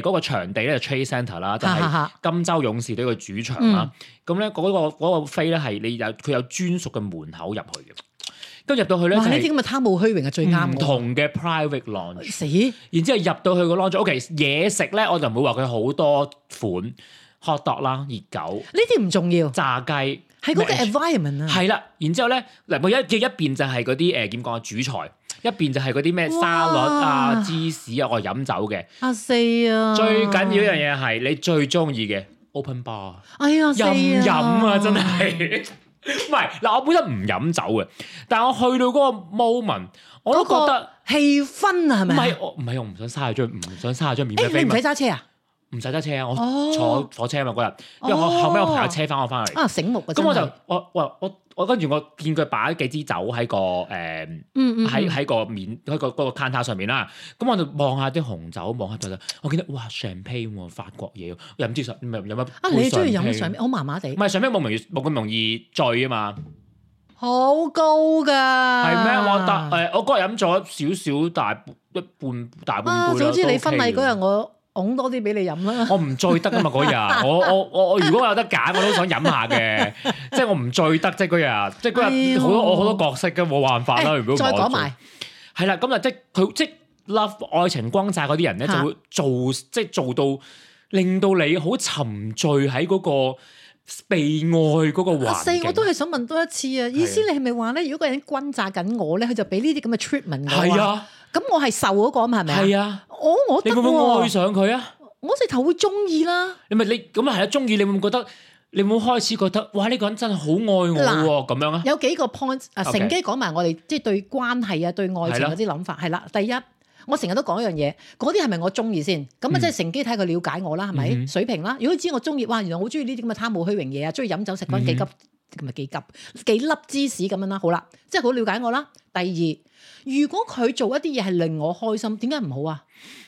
C: 誒嗰個場地咧就 Trade Centre 啦，就
B: 哈哈
C: 係
B: 哈嗯
C: 金州勇士隊嘅主場啦，咁咧嗰個嗰個飛咧係你有佢有專屬嘅門口入去嘅，跟住入到去咧
B: 哇！呢啲
C: 就
B: 咁嘅貪慕虛榮係最
C: 係唔
B: 啱我。
C: 同嘅 private launch。
B: 死
C: 然之後入到去個 launch，OK 嘢食咧，我就唔會話佢好多款 hot dog 啦、熱狗、
B: 呢啲唔重要，
C: 炸雞，
B: 係嗰個
C: 咩
B: environment 啊。
C: 係啦。然之後咧，嗱，佢一嘅一邊就係嗰啲誒點講啊，主菜。一邊就係嗰啲咩沙律啊、
B: 哇
C: 芝士啊，我係飲酒嘅。
B: 阿四啊，
C: 最緊要一樣嘢係你最中意嘅 open bar，
B: 哎呀，四
C: 任飲啊，真
B: 係
C: 係。 (laughs) 唔係嗱，我本身唔飲酒嘅，但我去到嗰個 moment，我都
B: 嗰
C: 覺
B: 個
C: 得
B: 氣氛啊，係
C: 唔
B: 咪
C: 係
B: 啊？
C: 我唔係我唔想嘥張唔想嘥張免費
B: 誒，
C: 飛
B: 你唔
C: 嘛
B: 使揸車啊？
C: 唔使揸車啊，我
B: 哦
C: 坐火車啊嘛嗰日，因為我
B: 哦
C: 後尾我朋友車翻我翻嚟，
B: 啊，醒目啊！
C: 咁我就
B: 真係
C: 我我我我跟住我見佢擺幾支酒喺個誒
B: 嗯嗯
C: 喺喺個面喺個嗰個 counter 上面啦，咁我就望下啲紅酒，望下就我見到哇 champagne 喎法國嘢喎，又唔知上唔係飲乜
B: 啊，你中意飲上
C: 上
B: 面，我麻麻地
C: 唔，係上面冇容易冇咁容易醉啊嘛，
B: 好高噶。
C: 係
B: 係
C: 咩？我搭誒我嗰日飲咗少少大半一半大
B: 啊，
C: 半杯啦
B: 早知
C: 都
B: 你
C: OK
B: 婚禮
C: 嘅
B: 嗰日我拱多啲俾你飲啦。
C: 我唔醉得啊嘛嗰日，我我我我如果我有得揀，我都想飲下嘅，即係我唔醉得即係嗰日，即係嗰日好多
B: 哎呦
C: 我好多角色嘅，冇辦法啦。如果唔係
B: 再
C: 我
B: 講
C: 醉
B: 埋，
C: 係啦，咁啊即係佢即係 love 愛情光炸嗰啲人咧，就
B: 嚇
C: 會做即係做到令到你好沉醉喺嗰個被愛嗰個
B: 阿
C: 環
B: 四
C: 境。，
B: 我都係想問多一次啊！意思你係咪話咧？如果個人轟炸緊我咧，佢就俾呢啲咁嘅 treatment
C: 係
B: 我啊？
C: 啊，
B: 咁我係受嗰個嘛？係咪啊？
C: 係啊，
B: 我我
C: 你
B: 得
C: 會唔會
B: 喎，
C: 愛上佢啊？
B: 我直頭會中意啦。
C: 你咪你咁啊係啊，中意你會唔會覺得？你會唔會開始覺得哇呢個人真係好愛我喎咁樣啊？
B: 有幾個 point 啊，
C: OK
B: 乘機講埋我哋即係對關係啊、對愛情嗰啲諗法係啦。第一，我成日都講一樣嘢，嗰啲係咪我中意先？咁啊，即係乘機睇佢了解我啦，係咪、
C: 嗯嗯哼
B: 水平啦？如果知我中意，哇，原來我好中意呢啲咁嘅貪慕虛榮嘢啊，中意飲酒
C: 嗯
B: 食翻幾急，唔係幾急幾粒芝士咁樣啦，好啦，即係好了解我啦。第二，如果佢做一啲嘢係令我開心，點解唔好啊？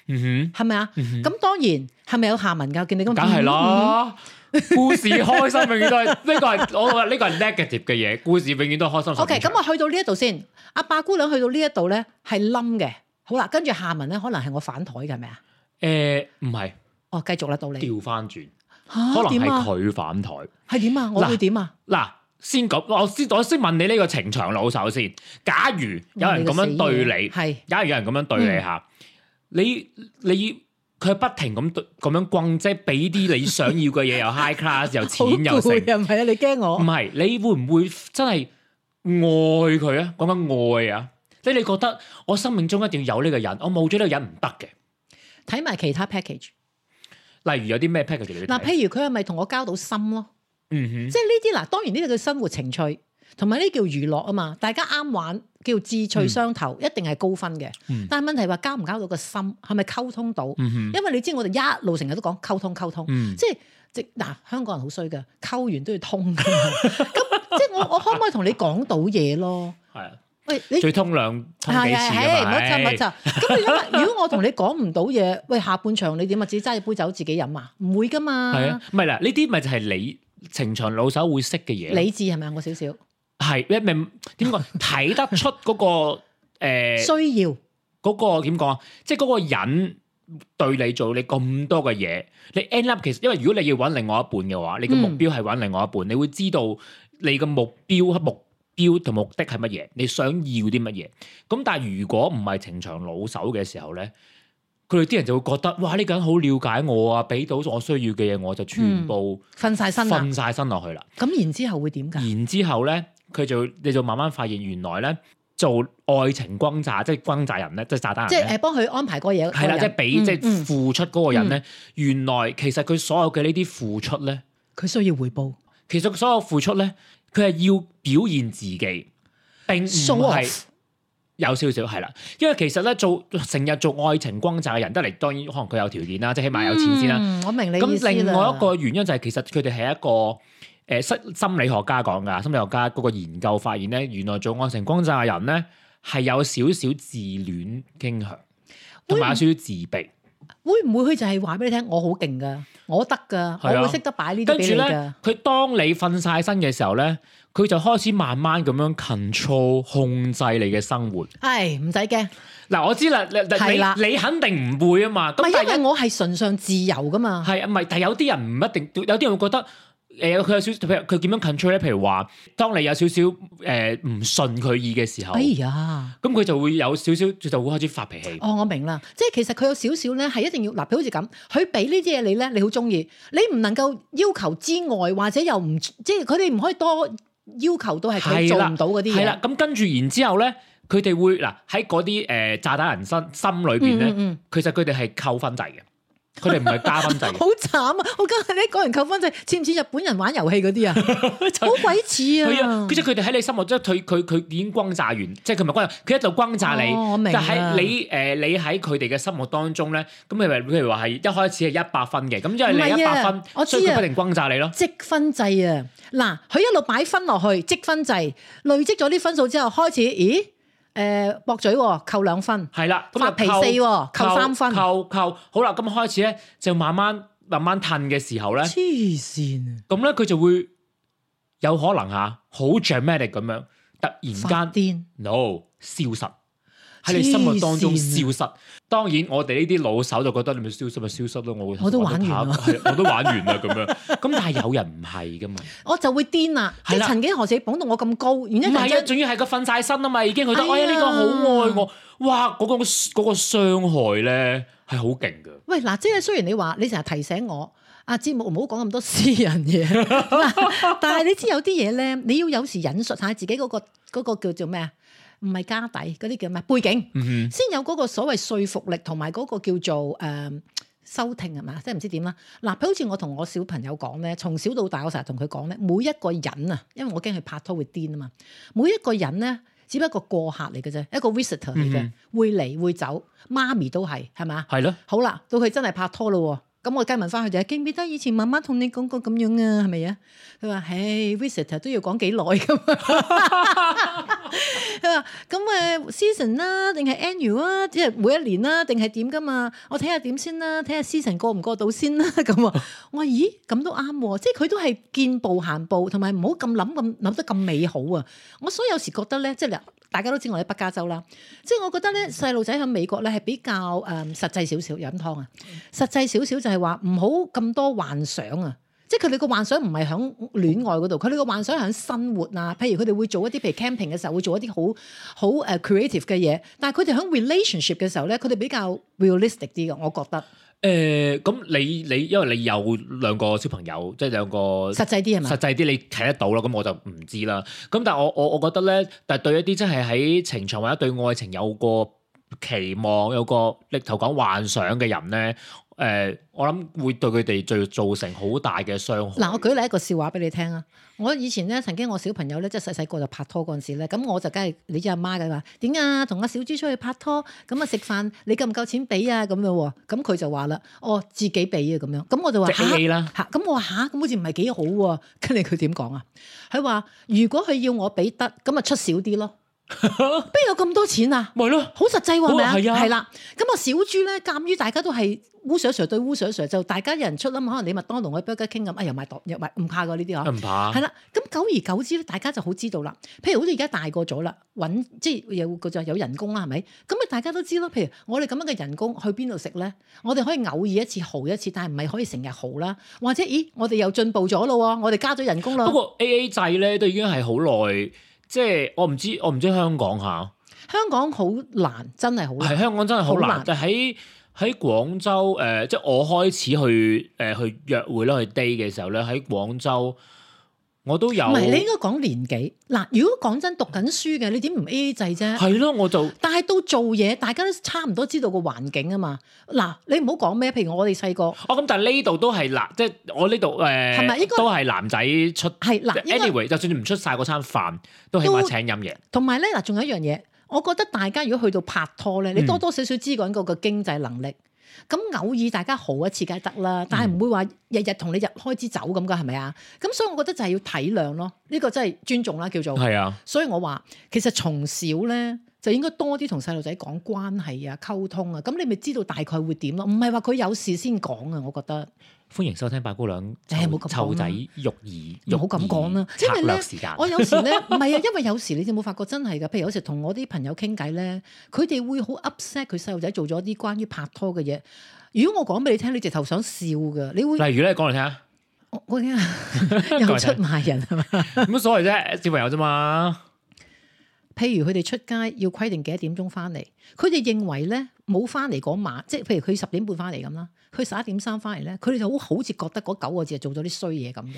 C: 嗯
B: 係咪啊？
C: 哼，
B: 咁、當然係咪有下文㗎？見你咁，啊
C: 梗係啦。故事開心永遠都係 (laughs) 呢個係我話呢個係 negative 嘅嘢，故事永遠都係開心。
B: O K，咁我去到呢一度先，阿八姑娘去到呢一度咧係冧嘅，好啦，跟住下文咧可能係我反台嘅，係咪啊？
C: 誒唔係
B: 哦，繼續啦，到你
C: 調翻轉，
B: 嚇
C: 可能
B: 點
C: 係
B: 啊？
C: 佢反台。
B: 係點啊？我
C: 嗱
B: 會點啊？
C: 嗱，先講我先我先問你呢個情場老手先。假如有人咁樣對你，
B: 係
C: 假如有人咁樣對你嚇，
B: 嗯
C: 你你佢不停咁對咁樣轟，即係俾啲你想要嘅嘢，又 high class，又
B: 好
C: 錢
B: 攰
C: 又成。
B: 啊！唔係啊，你驚
C: 唔
B: 我？
C: 係，你會唔會真係愛佢啊？講緊愛啊！即係你覺得我生命中一定要有呢個人，我冇咗呢個人唔得嘅。
B: 睇埋其他 package
C: 例如有啲咩 package 你要睇
B: 嗱，譬如佢係咪同我交到心咯？
C: 嗯
B: 即係呢啲嗱，當然呢個叫生活情趣，同埋呢叫娛樂啊嘛，大家啱玩叫志趣相投，一定係高分嘅。
C: 嗯
B: 但係問題話交唔交到個心，係咪溝通到？
C: 哼，嗯
B: 因為你知我哋一路成日都講溝通溝通。
C: 哼，
B: 即係即嗱，香港人好衰㗎，溝完都要通㗎嘛。咁即係我我可唔可以同你講到嘢咯？
C: 係啊，
B: 喂，你
C: 最通兩通幾次
B: 係
C: 㗎
B: 唔
C: 嘛
B: 好就唔好
C: 唉
B: 就。咁你諗下，如果我 (laughs) 同你講唔到嘢，喂，下半場你點啊？自己揸住杯酒自己飲啊？唔會㗎嘛。
C: 係啊，唔係嗱，呢啲咪就係你情場老手會識嘅嘢咯。
B: 理智係咪啊？我少少
C: 係你明點講？睇得出嗰個
B: (laughs)
C: 誒
B: 需要。
C: 嗰個點講啊？即係嗰個人對你做你咁多嘅嘢，你 end up 其實因為如果你要揾另外一半嘅話，你嘅目標係揾另外一半，你會知道你嘅目標目標同目的係乜嘢，你想要啲乜嘢。咁但係如果唔係情場老手嘅時候咧，佢哋啲人就會覺得哇呢個人好了解我啊，俾到我需要嘅嘢我就全部
B: 瞓晒身嗯啦，啊
C: 瞓晒身落去啦。
B: 咁然之後會點㗎？
C: 然之後咧，佢就你就慢慢發現原來咧做愛情轟炸，即係轟炸人咧，即係炸彈人
B: 即
C: 呢
B: 係誒幫佢安排個嘢，
C: 係
B: 個
C: 啦，
B: 人
C: 即係俾
B: 嗯
C: 即係
B: 嗯
C: 付出嗰個人咧，原來其實佢所有嘅呢啲付出咧，
B: 佢需要回報。
C: 其實佢所有付出咧，佢係要表現自己，並唔
B: Show
C: 係
B: off
C: 有少少係啦。因為其實咧做成日做愛情轟炸嘅人得嚟，當然可能佢有條件啦，即係起碼有錢先啦。
B: 嗯，我明你意思
C: 咁
B: 啦
C: 另外一個原因就係其實佢哋係一個誒心、心理學家講㗎，心理學家嗰個研究發現咧，原來做愛情轟炸嘅人咧係有少少自戀傾向，同埋有少少自卑。
B: 會唔會佢就係話俾你聽，我好勁㗎，我得㗎，
C: 係啊
B: 我會識得擺呢啲
C: 跟
B: 俾
C: 住
B: 你
C: 咧
B: 㗎。，
C: 佢當你瞓晒身嘅時候咧，佢就開始慢慢咁樣 control 控制你嘅生活。
B: 唉，唔使驚，
C: 嗱，我知啦，你
B: 係啦
C: 你你肯定唔會啊嘛。
B: 唔
C: 咁
B: 係
C: 但
B: 因為
C: 係
B: 我係純上自由噶嘛。
C: 係啊，唔係，但係有啲人唔一定，有啲人會覺得。誒佢有少少，譬如佢點樣 control 咧？譬如話，當你有少少誒唔順佢意嘅時候，
B: 哎
C: 咁
B: 呀，
C: 佢就會有少少，佢就會開始發脾氣。
B: 哦，我明啦，即係其實佢有少少咧，係一定要嗱，譬如好似咁，佢俾呢啲嘢你咧，你好中意，你唔能夠要求之外，或者又唔即係佢哋唔可以多要求到係佢
C: 係
B: 做
C: 啦
B: 唔到嗰啲
C: 係啦
B: 嘢。，
C: 咁跟住然之後咧，佢哋會嗱喺嗰啲誒炸彈人心心裏邊
B: 嗯嗯
C: 咧，
B: 嗯，
C: 其實佢哋係扣分制嘅，佢哋唔係加分制嘅。
B: 好慘啊！我今日咧講完扣分制，似唔似日本人玩遊戲嗰啲啊？
C: (laughs)
B: 好鬼似
C: 佢啊
B: 啊！，
C: 佢即係佢哋喺你心目中，佢佢佢已經轟炸完，即係佢咪轟炸，佢一路轟炸你。
B: 哦我明
C: 但
B: 啦
C: 係你誒，你喺佢哋嘅心目當中咧，咁你咪譬如話係一開始係一百分嘅，咁因為
B: 唔
C: 你一
B: 係啊
C: 百分，
B: 我知
C: 所
B: 啊
C: 以佢不停轟炸你咯。
B: 積分制啊！嗱，佢一路擺分落去，積分制累積咗啲分數之後，開始咦？誒、駁嘴喎、扣兩分。
C: 係啦，咁就啊
B: 發脾氣喎扣三分
C: 扣扣好啦，咁開始咧就慢慢慢慢褪嘅時候咧，
B: 黐線
C: 咁咧佢就會有可能嚇好 dramatic 咁樣，突
B: 發
C: 然
B: 癲
C: 間 no 消失。喺你心目當中消
B: 黐
C: 失，當然我哋呢啲老手就覺得你咪消失咪消失咯，我
B: 我都玩完啦
C: 我都怕係我都玩完啊啦咁樣。咁但係有人唔係噶嘛，
B: 我就會癲啦！即
C: 係啦
B: 係曾經何止捧到我咁高，然
C: 唔
B: 之後
C: 係啊，
B: 就
C: 仲要係佢瞓晒身啊嘛，已經覺得
B: 哎
C: 哎
B: 呀
C: 呀呢個好愛我，哇嗰個嗰個傷害咧係好勁噶，
B: 喂嗱，即係雖然你話你成日提醒我。啊節目唔好講咁多私人嘢， (laughs) 嗱但係你知有啲嘢咧，你要有時引述下自己嗰、個嗰個叫做咩啊？唔係家底嗰啲叫咩背景，
C: 嗯
B: 先有嗰個所謂說服力，同埋嗰個叫做誒、呃收聽係嘛，即係唔知點啦。嗱，譬如好似我同我小朋友講咧，從小到大我成日同佢講咧，每一個人啊，因為我驚佢拍拖會癲啊嘛，每一個人咧。只不過過客嚟嘅啫，一個 visitor 嚟嘅，
C: 嗯
B: 會嚟會走，媽咪都係，係嘛？
C: 哼，係咯，
B: 好啦，到佢真係拍拖咯喎，咁我梗係問翻佢就係記唔記得以前媽媽同你講過咁樣啊，係咪啊？佢話：，唉，visit 都要講幾耐噶嘛。 (laughs) 佢話：咁誒 season 啦，定係 annual 啊，即係每一年啦，定係點噶嘛？我睇下點先啦，睇下 season 過唔過到先啦。 (laughs) 咁啊，我話：咦，咁都啱喎，即係佢都係見步行步，同埋唔好咁諗咁諗得咁美好啊。我所以有時覺得咧，即係嗱大家都知我喺北加州啦，即係我覺得咧細路仔喺美國咧係比較誒、嗯、實際少少飲湯啊，實際少少就係話唔好咁多幻想啊。即係佢哋個幻想唔係喺戀愛嗰度，佢哋個幻想係喺生活啊。譬如佢哋會做一啲譬如 camping 嘅時候會做一啲好好誒 creative 嘅嘢，但係佢哋喺 relationship 嘅時候咧，佢哋比較 realistic 啲嘅，我覺得
C: 誒咁你你因為你有兩個小朋友，即係兩個
B: 實際啲係
C: 實
B: 咪？
C: 際啲你睇得到啦，咁我就唔知啦。咁但係我我我覺得咧，但係對一啲真係喺情場或者對愛情有個期望、有個力頭講幻想嘅人咧，誒、我諗會對佢哋最造成好大嘅傷害。
B: 嗱，我舉例一個笑話俾你聽啊！我以前咧曾經我小朋友咧，即係細細個就拍拖嗰陣時咧，咁我就梗係你知阿媽嘅話點啊，同阿小豬出去拍拖，咁啊食飯你夠唔夠錢俾啊咁樣喎，咁佢就話啦，哦自己俾啊咁樣，咁我就話
C: 即係
B: 吓
C: AA 啦
B: 嚇咁我話吓，咁好似唔係幾好喎、跟住佢點講啊？佢話如果佢要我俾得，咁咪啊出少啲
C: (laughs)
B: 咯。邊有咁多錢啊？
C: 咪咯，
B: 好實際喎，係咪啊？
C: 好啊係啊
B: 係啦。咁啊，小豬咧，鑑於大家都係烏水 Sir 對烏水 Sir，就大家有人出啦嘛，可能你麥當勞我去 Burger King 咁，啊又買檔又買唔怕過呢啲嗬。
C: 唔怕
B: 係。啦，咁久而久之咧，大家就好知道啦。譬如好似而家大個咗啦，揾即係有個就有人工啦，係咪？咁啊，大家都知啦。譬如我哋咁樣嘅人工去邊度食咧？我哋可以偶爾一次豪一次，但係唔係可以成日豪啦。或者咦，我哋又進步咗咯喎，我哋加咗人工啦
C: 不。過 A A 制咧都已經係好耐，即係我唔知我唔知香港嚇，
B: 香港好難，真係好難。
C: 係香港真係好
B: 好
C: 難
B: 難。
C: 但喺喺廣州誒、呃即係我開始去誒、呃去約會啦，去 date 嘅時候咧，喺廣州我都有
B: 唔係，你應該講年紀。嗱，如果講真讀緊書嘅，你點唔 A A 制啫？
C: 係咯，我就
B: 但係到做嘢，大家都差唔多知道個環境啊嘛。嗱，你唔好講咩，譬如我哋細個
C: 哦咁，但係呢度都係男，即係我呢度誒，呃
B: 係咪應該
C: 都係男仔出
B: 係嗱，應該
C: anyway，就算唔出晒嗰餐飯，都起碼
B: 都
C: 請飲嘢。
B: 同埋咧嗱，仲有一樣嘢，我覺得大家如果去到拍拖咧，
C: 嗯
B: 你多多少少知嗰個個經濟能力。咁偶爾大家好一次梗係得啦，
C: 嗯
B: 但係唔會話日日同你日開支走咁噶，係咪啊？咁所以我覺得就係要體諒咯，呢、個真係尊重啦，叫做。
C: 係啊，
B: 所以我話其實從小咧就應該多啲同細路仔講關係啊、溝通啊，咁你咪知道大概會點咯。唔係話佢有事先講啊，我覺得
C: 歡迎收聽八姑娘
B: 唉
C: 湊
B: 冇咁講啦
C: 湊仔育兒，
B: 唔好咁講啦
C: 育。兒
B: 因為
C: 策略
B: 咧
C: 時間，
B: 我有時咧唔係啊，因為有時你有冇發覺真係㗎？譬如有時同我啲朋友傾偈咧，佢哋會好 upset 佢細路仔做咗啲關於拍拖嘅嘢。如果我講俾你聽，你直頭想笑㗎，你會
C: 例如咧講嚟聽
B: (laughs)
C: 下，
B: 我我又出賣人啊係嘛？
C: 有乜所謂啫？小朋友
B: (laughs)
C: 啫嘛，
B: 譬如佢哋出街要規定幾多點鐘翻嚟，佢哋認為咧冇翻嚟嗰晚，即係譬如佢十點半翻嚟咁啦，佢十一點三翻嚟咧，佢哋就好好似覺得嗰九個字係做咗啲衰嘢咁嘅。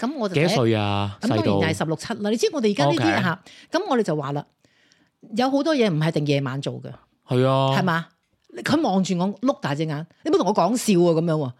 B: 咁我就
C: 幾多
B: 睇
C: 歲啊？
B: 咁當
C: 細
B: 然
C: 到
B: 就係十六七啦。你知我哋而家呢啲
C: OK
B: 嚇，咁我哋就話啦，有好多嘢唔係一定夜晚做嘅，
C: 係啊，
B: 係嘛？佢望住我碌大隻眼，你唔好同我講笑啊咁樣喎。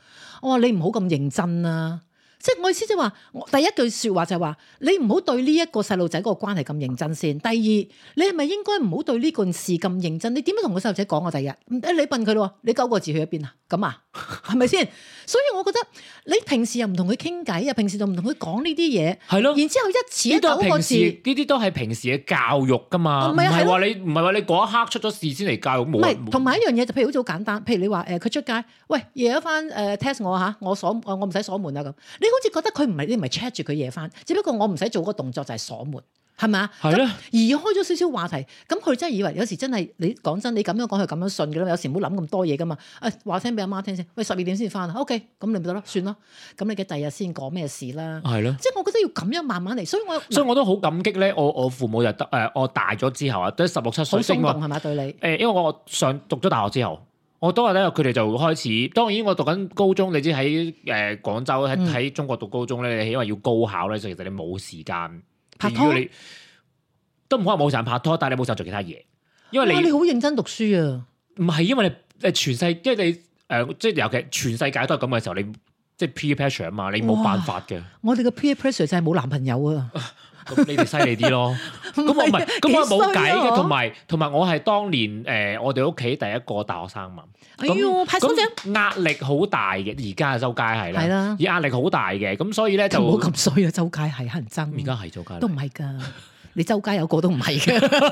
B: 我話你唔好咁認真啦、啊即係我意思即係話，我第一句説話就係話，你唔好對呢一個細路仔嗰個關係咁認真先。第二，你係咪應該唔好對呢件事咁認真？你點樣同個細路仔講啊？第日嗯誒你問佢咯，你九個字去咗邊啊？咁
C: (laughs)
B: 啊，係咪先？所以我覺得你平時又唔同佢傾偈啊，平時就唔同佢講呢啲嘢，
C: 係咯。
B: 然之後一次
C: 呢
B: 一
C: 啲都
B: 九
C: 係
B: 個
C: 平時，
B: 字。
C: 呢啲都係平時嘅教育噶嘛，
B: 哦
C: 唔
B: 咪係
C: 係
B: 咯
C: 話你唔係話你嗰一刻出咗事先嚟教育，
B: 唔
C: 冇
B: 係，同埋一樣嘢就譬如好似好簡單，譬如你話呃誒佢出街，喂夜咗翻誒 test 我嚇，我鎖呃我我唔使鎖門啦啊咁，你好似覺得佢唔係你唔係 check 住佢夜翻，只不過我唔使做嗰個動作就係鎖門，係咪啊？
C: 係咧，
B: 移開咗少少話題，咁佢真係以為有時真係你講真，你咁樣講佢咁樣信嘅啦，有時唔好諗咁多嘢噶嘛。誒、話聲俾阿媽聽先，喂十二點先翻啊，OK，咁你咪得咯，算
C: 啊
B: 咯，咁你嘅第日先講咩事啦。
C: 係咯。
B: 即係我覺得要咁樣慢慢嚟，所以我
C: 所以我都好感激咧，我我父母就得誒，我大咗之後啊，都十六七
B: 好
C: 歲，
B: 鬆
C: 因為
B: 動係咪對你？
C: 誒，因為我上讀咗大學之後，我當日咧，佢哋就開始。當然，我讀緊高中，你知喺誒廣州喺
B: 嗯
C: 喺中國讀高中咧，你因為要高考咧，所以其實你冇時間
B: 拍拖
C: 如果你都唔可能冇時間拍拖，但係你冇時間做其他嘢，因
B: 哇！
C: 為
B: 你好認真讀書啊，
C: 你唔係因為你誒全世，因為你誒、呃即係尤其全世界都係咁嘅時候，你即係 peer pressure 啊嘛，你冇辦法嘅。
B: 我哋嘅 peer pressure 就係冇男朋友啊。
C: 咁你哋犀利
B: (laughs)
C: 啲咯。咁我唔係，咁我冇計
B: 啊
C: 嘅。同埋同埋，我係當年誒、呃我哋屋企第一個大學生嘛。
B: 哎呦，派手掌，
C: 咁壓力好大嘅，而家周街係啦，
B: 係啦
C: 而壓力好大嘅，咁所以咧就
B: 唔好咁衰啊！周街係乞人憎，
C: 而家係周街啦
B: 都唔係㗎。你周街有個都唔係嘅。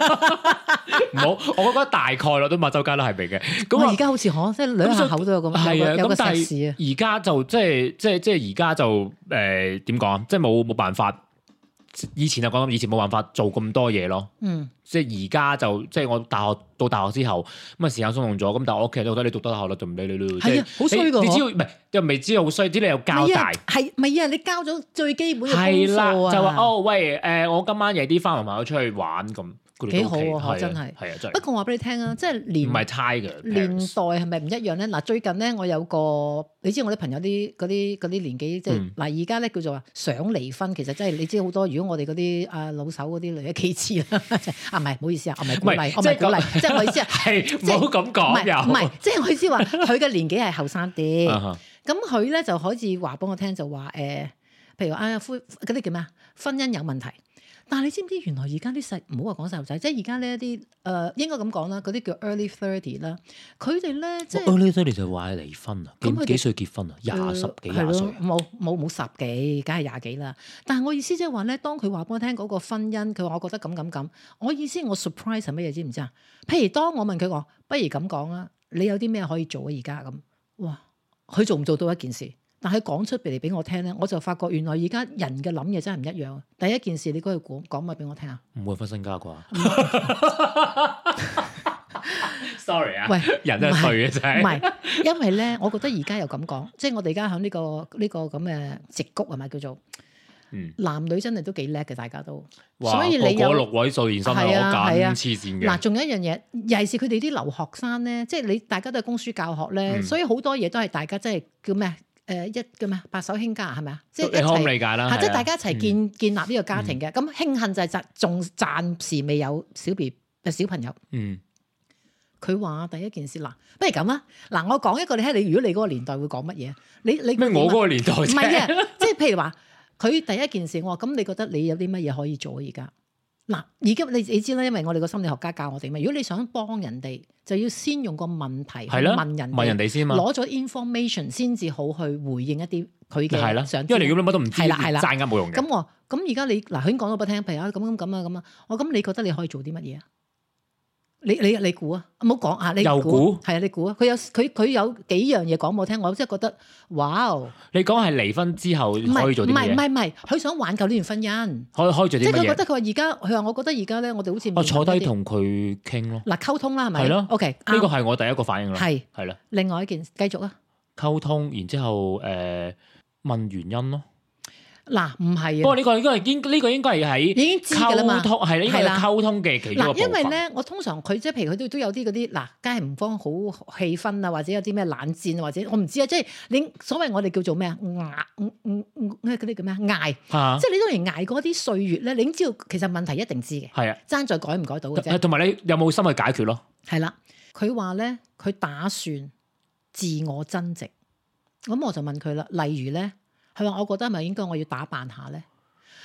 C: 唔好，我覺得大概率都嘛，周街都係明嘅。 (laughs) 咁
B: 咁
C: 啊
B: 而，家好似可即係兩下口都有咁，
C: 係
B: 有
C: 啊，
B: 個有個
C: 咁但
B: 碩士啊。
C: 係而家就即係即係即係而家就誒點講啊？即係冇冇辦法，以前就講以前冇辦法做咁多嘢咯。
B: 嗯，
C: 即係而家就即係我大學到大學之後，咁啊時間鬆動咗，咁但係我屋企人都覺得你讀得大學啦，就唔理你咯。
B: 係啊
C: 即係
B: 好衰㗎
C: 你你
B: 嗬
C: 知道唔係又未知道好衰，知你有交
B: 係
C: 大
B: 啊。，係咪啊？你交咗最基本嘅
C: 係
B: 功
C: 啦，
B: 課啊？
C: 就話哦喂，誒、我今晚夜啲翻同朋友出去玩咁，佢哋
B: 幾
C: 都 OK，
B: 好啊
C: 係
B: 真係
C: 係啊，真
B: 不
C: 係
B: 過我話俾你聽啊，即係
C: 唔係
B: 年
C: 差嘅
B: 年代
C: parents。
B: 係咪唔一樣咧？嗱，最近咧我有個，你知我啲朋友啲嗰啲嗰啲年紀，即係
C: 嗯
B: 嗱而家咧叫做話想離婚，其實真係你知好多。如果我哋嗰啲啊老手嗰啲女嘅 (laughs) 幾次啦，啊唔係，唔好意思啊，我唔係鼓
C: 唔係
B: 勵，我唔係鼓
C: 即係
B: 勵，即係我意思係。
C: 係
B: 即
C: 唔
B: 係
C: 好咁
B: 唔
C: 講
B: 係唔
C: 又
B: 係，即係我意
C: (laughs)
B: 思話佢嘅年紀係後生啲。
C: 啊哈
B: 咁佢咧就可以話俾我聽，就話誒、呃譬如話啊，夫嗰啲叫咩啊，婚姻有問題。但係你知唔知原來而家啲細唔好話講細路仔，即係而家呢一啲誒應該咁講啦，嗰啲叫 early thirty 啦，佢哋咧即係。
C: 呢啲你就話離婚啊？
B: 咁佢哋
C: 歲結婚啊？
B: 呃係咯
C: 啊
B: 冇冇冇十幾，梗係廿幾啦。但係我意思即係話咧，當佢話俾我聽嗰個婚姻，佢話我覺得咁咁咁，我意思我 surprise 係乜嘢知唔知啊？譬如當我問佢講，不如咁講啊，你有啲咩可以做啊？而家咁，哇，佢做唔做到一件事？但係講出嚟俾我聽咧，我就發覺原來而家人嘅諗嘢真係唔一樣。第一件事，你嗰度講講乜俾我聽啊？
C: 唔會分身家啩 (laughs) ？Sorry 啊，
B: 喂
C: 人真係衰嘅真
B: 唔
C: 係。
B: 係，因為咧，我覺得而家又咁講，即係我哋而家喺呢個呢、個咁嘅直谷係咪叫做？
C: 嗯
B: 男女真係都幾叻嘅，大家都。
C: 哇
B: 所以你
C: 個個
B: 有
C: 六位數年薪啊，我
B: 係啊係啊
C: 揀黐線
B: 嗱，
C: 嘅。
B: 仲有一樣嘢，尤其是佢哋啲留學生咧，即係你大家都係供書教學咧，
C: 嗯
B: 所以好多嘢都係大家即係叫咩？誒、一叫咩？白手興家係咪啊？即係
C: 你
B: 一
C: 可唔
B: 齊
C: 理解啦？
B: 嚇，即係
C: 係啊嗯
B: 大家一齊建、建立呢個家庭嘅。咁、慶幸就係暫仲暫時未有小 B 誒小朋友。
C: 嗯
B: 佢話第一件事嗱，不如咁啊！嗱，我講一個你睇，你如果你嗰個年代會講乜嘢？你你啊
C: 咩？我嗰個年代
B: 唔
C: 唔
B: 係啊， (laughs) 即係譬如話，佢第一件事我話咁，你覺得你有啲乜嘢可以做啊？而家嗱，而家你你知啦，因為我哋個心理學家教我哋嘛，如果你想幫人哋，就要先用個問題去
C: 係啦，
B: 問人
C: 問人
B: 哋，
C: 哋先嘛。
B: 攞咗 information 先至好去回應一啲佢
C: 係啦
B: 嘅想，
C: 因為
B: 知
C: 你咁樣乜都唔知，
B: 係啦係啦
C: 爭啱冇用嘅
B: 咁。我咁而家你嗱，佢已經講咗俾我聽，譬如啊咁咁咁啊咁啊，我咁你覺得你可以做啲乜嘢啊？你你你估啊？唔好講啊！你
C: 又
B: 估
C: 估
B: 係啊？你估啊？佢有佢佢有幾樣嘢講俾我聽，我真係覺得哇哦！
C: 你講係離婚之後
B: 唔係
C: 可以做啲
B: 唔係唔
C: 乜嘢？
B: 係唔係，佢想挽救呢段婚姻，
C: 可以可以做
B: 即
C: 啲
B: 係佢覺
C: 乜嘢？
B: 得佢話而家，佢話我覺得而家咧，我哋好似
C: 我坐低
B: 面臨一啲
C: 同佢傾咯，
B: 嗱溝通啦，係咪？
C: 係咯
B: ，OK，
C: 呢個
B: 啱
C: 係我第一個反應啦。
B: 係
C: 係啦，
B: 另外一件，繼續啊。
C: 溝通，然之後誒問原因咯。
B: 嗱，唔
C: 不
B: 係啊，
C: 過呢個應該係應呢個應該係
B: 已
C: 喺
B: 經知㗎啦嘛
C: 溝。通係啦，應該
B: 係
C: 係
B: 啦
C: 溝通嘅其中一個
B: 嗱，
C: 部分。
B: 因為咧，我通常佢即係譬如佢都都有啲嗰啲嗱，梗係唔方好氣氛啊，或者有啲咩冷戰啊，或者我唔知啊，即係你所謂我哋叫做咩啊，嗌嗯嗯嗯嗰啲叫咩啊，嗌，
C: 嚇
B: 即係你當然捱過啲歲月咧，你已經知道其實問題一定知嘅，
C: 係啊
B: 爭在改唔改到嘅啫
C: 同，。同埋你有冇心去解決咯？
B: 係啦，佢話咧，佢打算自我增值。咁我就問佢啦，例如咧，佢話我覺得係咪應該我要打扮下咧？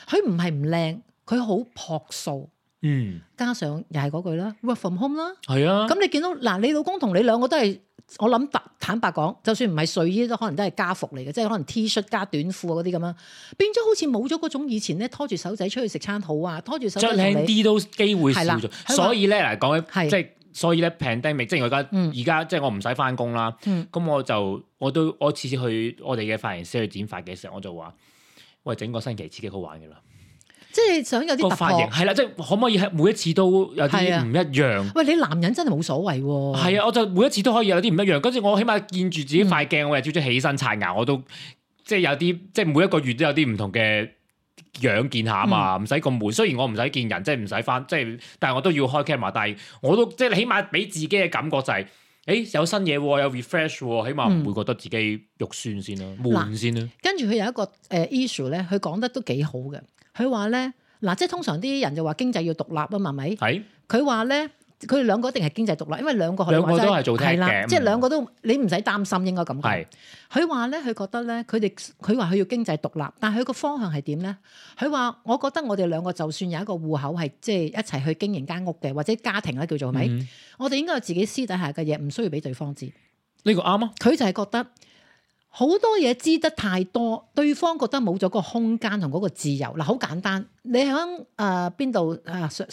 B: 佢唔係唔靚，佢好樸素，
C: 嗯，
B: 加上又係嗰句啦，work from home 啦。
C: 係啊。
B: 咁你見到嗱，你老公同你兩個都係，我諗坦坦白講，就算唔係睡衣都可能都係家服嚟嘅，即係可能 T 恤加短褲啊嗰啲咁樣，變咗好似冇咗嗰種以前咧拖住手仔出去食餐好啊，拖住手仔
C: 着
B: 同
C: 靚
B: 你
C: 啲都機會少
B: 係啦
C: 咗，所以咧嗱講
B: 係
C: 起即係所以咧 pandemic，即係我而家
B: 嗯
C: 而家即係我唔使翻工啦，
B: 嗯
C: 咁我就我都我次次去我哋嘅髮型師去剪髮嘅時候，我就話。喂，整個星期刺激好玩嘅啦，
B: 即係想有
C: 個
B: 啲突
C: 髮型
B: 破。
C: 係啦，即係可唔可以喺每一次都有啲
B: 係啊
C: 唔一樣？
B: 喂，你男人真係冇所謂喎。
C: 係啊，我就每一次都可以有啲唔一樣。跟住我起碼見住自己塊鏡，我日朝早起身刷牙，我
B: 嗯
C: 都即係有啲即係每一個月都有啲唔同嘅樣見下
B: 嗯
C: 嘛，唔使咁悶。雖然我唔使啊見人，即係唔使翻，即係但係我都要開 camera，但係我都即係起碼俾自己嘅感覺就係、诶有新嘢喎，有 refresh 喎，起碼
B: 嗯
C: 唔會覺得自己肉酸先啦，悶先啦。
B: 跟住佢有一個誒、呃 issue 咧，佢講得都幾好嘅。佢話咧嗱，即係通常啲人就話經濟要獨立啊嘛，係咪？
C: 係
B: 佢話咧，佢哋兩個一定係經濟獨立，因為兩個學你
C: 兩個
B: 話齋
C: 都係做 tech
B: 係啦
C: 嘅
B: 即係
C: 嗯
B: 兩個都你唔使擔心，應該咁講
C: 係。
B: 佢話咧，佢覺得咧，佢哋佢話佢要經濟獨立，但係佢個方向係點咧？佢話我覺得我哋兩個就算有一個户口係即係一齊去經營間屋嘅，或者家庭咧叫做係咪？
C: 嗯
B: 我哋應該有自己私底下嘅嘢，唔需要俾對方知。
C: 呢個啱啊，
B: 佢就係覺得好多嘢知得太多，對方覺得冇咗個空間同嗰個自由。嗱，好簡單，你喺誒邊度啊？誒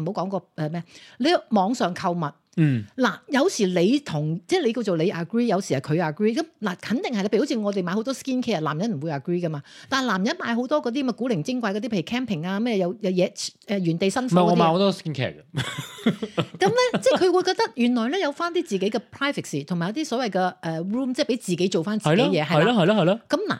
B: 唔好講個誒咩？你喺網上購物。
C: 嗯
B: 嗱，有時你同即係你叫做你 agree，有時係佢 agree。咁嗱，肯定係啦。譬如好似我哋買好多 skin care，男人唔會 agree 噶嘛。但係男人買好多嗰啲咁嘅古靈精怪嗰啲，譬如 camping 啊，咩有有嘢誒、原地辛
C: 唔
B: 苦
C: 係我
B: 嗰啲
C: 買
B: 啊
C: 好。多 skin care 嘅，
B: 咁咧，即係佢會覺得原來咧有翻啲自己嘅 privacy，同埋有啲所謂嘅誒 room，即係俾自己做翻自
C: 係
B: 己
C: 咯
B: 嘢，
C: 係
B: 係
C: 咯
B: 啦。
C: 係咯係咯，
B: 咁嗱，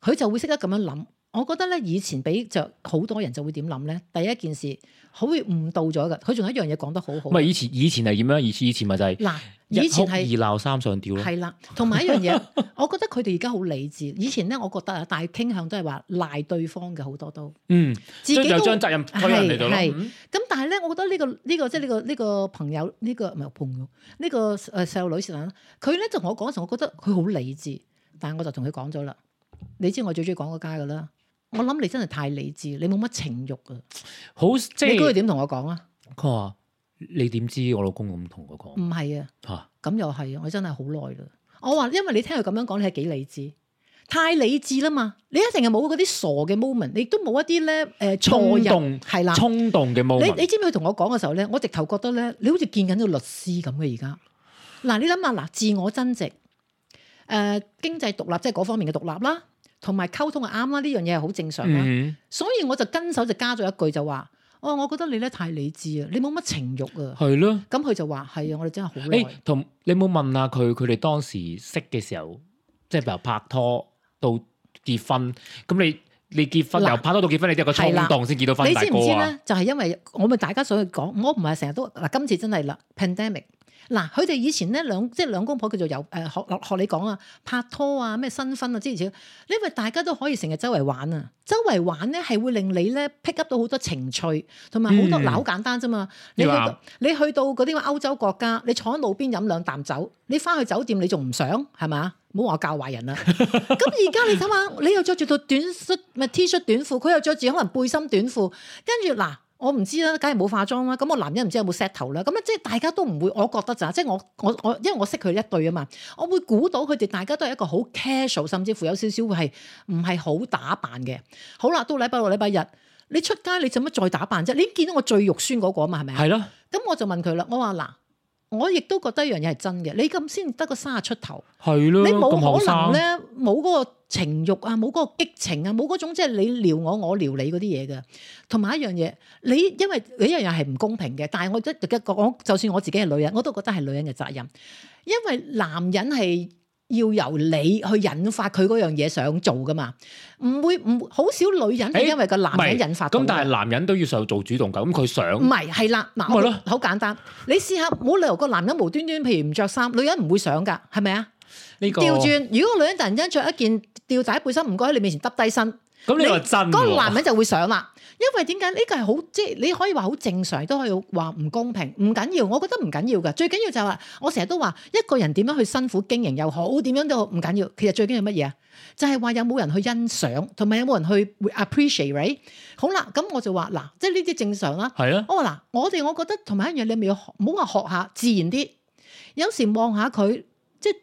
B: 佢就會識得咁樣諗。我覺得咧，以前俾就好多人就會點諗咧。第一件事，好會誤導咗嘅。佢仲有一樣嘢講得好好
C: 唔。係以前以前係點樣？以前以前咪就係
B: 嗱，以前係
C: 一哭二鬧三上吊咯，
B: 係啦，同埋一樣嘢， (laughs) 我覺得佢哋而家好理智。以前咧，我覺得啊，大傾向都係話賴對方嘅好多都，
C: 嗯，
B: 自己
C: 將
B: 都
C: 就將責任推人哋度咯，
B: 係係
C: 嗯
B: 咁但係咧，我覺得呢、個呢、個即係呢個呢、個朋友呢、個唔係朋友呢、個誒細路女是但啦，佢咧就同我講嗰時，我覺得佢好理智，但係我就同佢講咗啦，你知我最中意講嗰家噶啦，我諗你真係太理智，你冇乜情慾啊！
C: 好即
B: 你估佢
C: 係
B: 點同我講啊？
C: 佢話你點知我老公咁同我
B: 唔
C: 講
B: 係啊，
C: 嚇？
B: 咁又係啊，我真係好耐啦。我話因為你聽佢咁樣講，你係幾理智？太理智啦嘛！你一定係冇嗰啲傻嘅 moment，你都冇一啲咧誒錯
C: 衝
B: 人
C: 動
B: 係啦。
C: 衝動嘅 moment，
B: 你你知唔知佢同我講嘅時候咧，我直頭覺得咧，你好似見緊個律師咁嘅而家。嗱，你諗下嗱，自我增值，誒、呃經濟獨立即係嗰方面嘅獨立啦，同埋溝通係啱啦，呢樣嘢係好正常啦。
C: 嗯
B: 所以我就跟手就加咗一句就話：哦，我覺得你咧太理智啊，你冇乜情慾啊。
C: 係咯。
B: 咁佢就話：係啊，我哋真係好
C: 誒
B: 耐。
C: 同你有冇問下佢佢哋當時識嘅時候，即係由拍拖到結婚，咁你你結婚
B: 嗱
C: 由拍拖到結婚，你都有個衝動先結到婚，
B: 你
C: 大
B: 知唔知
C: 哥啊！
B: 咧？就係、因為我咪大家想去講，我唔係成日都嗱，今次真係啦，pandemic。嗱，佢哋以前咧兩即係兩公婆叫做有誒、學學學你講啊，拍拖啊，咩新婚啊之類之類，因為大家都可以成日周圍玩啊，周圍玩咧係會令你咧 pick up 到好多情趣，同埋好多
C: 嗯
B: 嗱好、簡單啫嘛。你去
C: 你話
B: 到你去到嗰啲歐洲國家，你坐喺路邊飲兩啖酒，你翻去酒店你仲唔想係嘛？唔好話我教壞人啦。咁而家你諗下，你又着住套短恤咪 T 恤短褲，佢又着住可能背心短褲，跟住嗱。我唔知啦，梗係冇化妝啦。咁我男人唔知有冇 set 頭啦。咁啊，即係大家都唔會，我覺得咋，即係我我我，因為我識佢一對啊嘛，我會估到佢哋大家都係一個好 casual，甚至乎有少少會係唔係好打扮嘅。好啦，到禮拜六、禮拜日，你出街你做乜再打扮啫？你已經見到我最肉酸嗰個啊嘛，係咪啊？
C: 係咯，
B: 咁我就問佢啦，我話嗱，我亦都覺得一樣嘢係真嘅，你咁先得個卅出頭，
C: 係咯，
B: 你冇
C: 咁後
B: 可能
C: 生
B: 咧冇嗰個情慾啊，冇嗰個激情啊，冇嗰種即係你撩我，我撩你嗰啲嘢嘅。同埋一樣嘢，你因為呢樣嘢係唔公平嘅，但係我一嘅講，就算我自己係女人，我都覺得係女人嘅責任，因為男人係。要由你去引發佢嗰樣嘢想做噶嘛，唔會唔好少女人係
C: 誒
B: 因為個男
C: 唔係
B: 人引發到
C: 咁
B: 㗎
C: 但係男人都要受做主動㗎，咁佢
B: 唔
C: 想
B: 係，係啦，嗱，
C: 咪
B: 我
C: 咯
B: 好簡單，你試下冇理由個男人無端端，譬如唔着衫，女人唔會想㗎，係咪啊？
C: 呢個
B: 調轉，如果個女人突然間着一件吊帶背心，唔該喺你面前耷低身，
C: 咁你
B: 你
C: 話真
B: 嗰個男
C: 喎？
B: 人就會想啦。因為點解呢個係好即係你可以話好正常，都可以話唔公平，唔緊要，我覺得唔緊要㗎。最緊要就係話，我成日都話一個人點樣去辛苦經營又好，點樣都好唔緊要。其實最緊要乜嘢啊？就係話有冇人去欣賞，同埋有冇人去 appreciate，right？好啦，咁我就話嗱，即係呢啲正常啦。
C: 係啊，
B: 我話哦嗱，我哋我覺得同埋一樣，你咪要學唔好話學下自然啲。有時望下佢，即係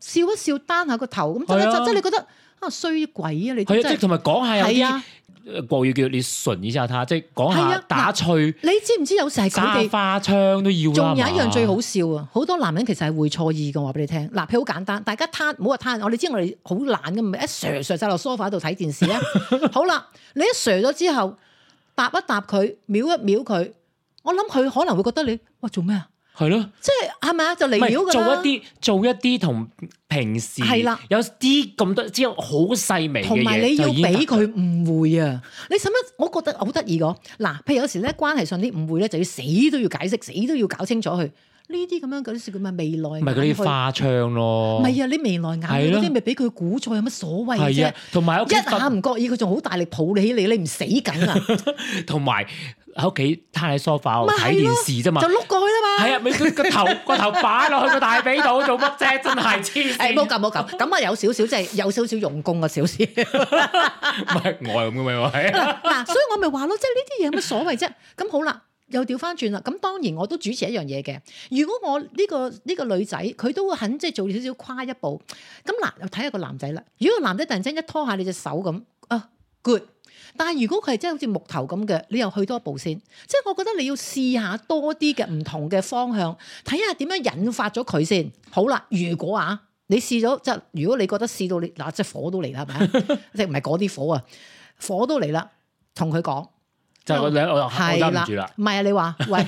B: 笑一笑，單下個頭咁，真
C: 係
B: 係
C: 啊
B: 真係你覺得啊衰鬼啊！你真
C: 係啊，即係
B: 係
C: 同埋講下有
B: 係
C: 啲
B: 啊！
C: 呃國語叫你純一下他，即係講
B: 係
C: 下
B: 啊嗱
C: 打趣、
B: 你知唔知有時係
C: 打
B: 佢哋？
C: 花槍都要啦
B: 仲有一
C: 係
B: 樣
C: 嘛
B: 最好笑啊！好多男人其實係會錯意嘅，我話俾你聽。嗱，譬如好簡單，大家攤唔好話攤，我哋知我哋好懶嘅，咪一瀡瀡晒落 sofa 度睇電視
C: (laughs)
B: 啊！好啦，你一瀡咗之後，搭一搭佢，秒一秒佢，我諗佢可能會覺得你哇做咩啊？
C: 係咯。
B: 即係係咪啊？就嚟
C: 唔係
B: 料㗎
C: 做
B: 啦
C: 一啲做一啲同平時
B: 係啦
C: 有啲咁多之後好細微嘅嘢，
B: 同埋你要
C: 就已經
B: 俾
C: 得
B: 佢誤會啊！你使乜？我覺得好得意個嗱，譬如有時咧關係上啲誤會咧，就要死都要解釋，死都要搞清楚佢。呢啲咁樣嗰啲叫咩未來
C: 唔係嗰
B: 眼
C: 啲
B: 去
C: 花窗咯，
B: 唔係啊！你眉來眼去
C: 係咯
B: 嗰啲咪俾佢估錯，有乜所謂
C: 係
B: 啫
C: 啊？，同埋喺屋
B: 一
C: 企
B: 下唔覺意，佢仲好大力抱你起你，你唔死緊
C: (laughs)
B: 啊！
C: 瞓同埋喺屋企攤喺 sofa
B: 咪
C: 度
B: 係
C: 睇電視啫嘛
B: 就。碌過去啦嘛。
C: 係啊，
B: (laughs)
C: 咪佢個頭個頭擺落去個大髀度做乜啫？真係黐
B: 誒冇
C: 線！
B: 咁冇咁，咁啊有少少即係有少少用功啊嘅少少。
C: 唔係我係咁嘅咪係啊
B: 嗱，所以我咪話咯，即係呢啲嘢有乜所謂啫？咁好啦。又調翻轉啦，咁當然我都主持一樣嘢嘅。如果我呢、個呢、個女仔，佢都會肯即係做少少跨一步。咁嗱，又睇下個男仔啦。如果個男仔突然之間一拖下你隻手咁，啊 good。但係如果佢係真係好似木頭咁嘅，你又去多一步先。即係我覺得你要試下多啲嘅唔同嘅方向，睇下點樣引發咗佢先。好啦，如果啊，你試咗即係如果你覺得試到你嗱，即係火都嚟啦，係咪啊？即係唔係嗰啲火啊？火都嚟啦，同佢講。
C: 就係我兩啊我我
B: 係
C: 忍唔住啦。
B: 唔係啊！你
C: (laughs)
B: 話喂，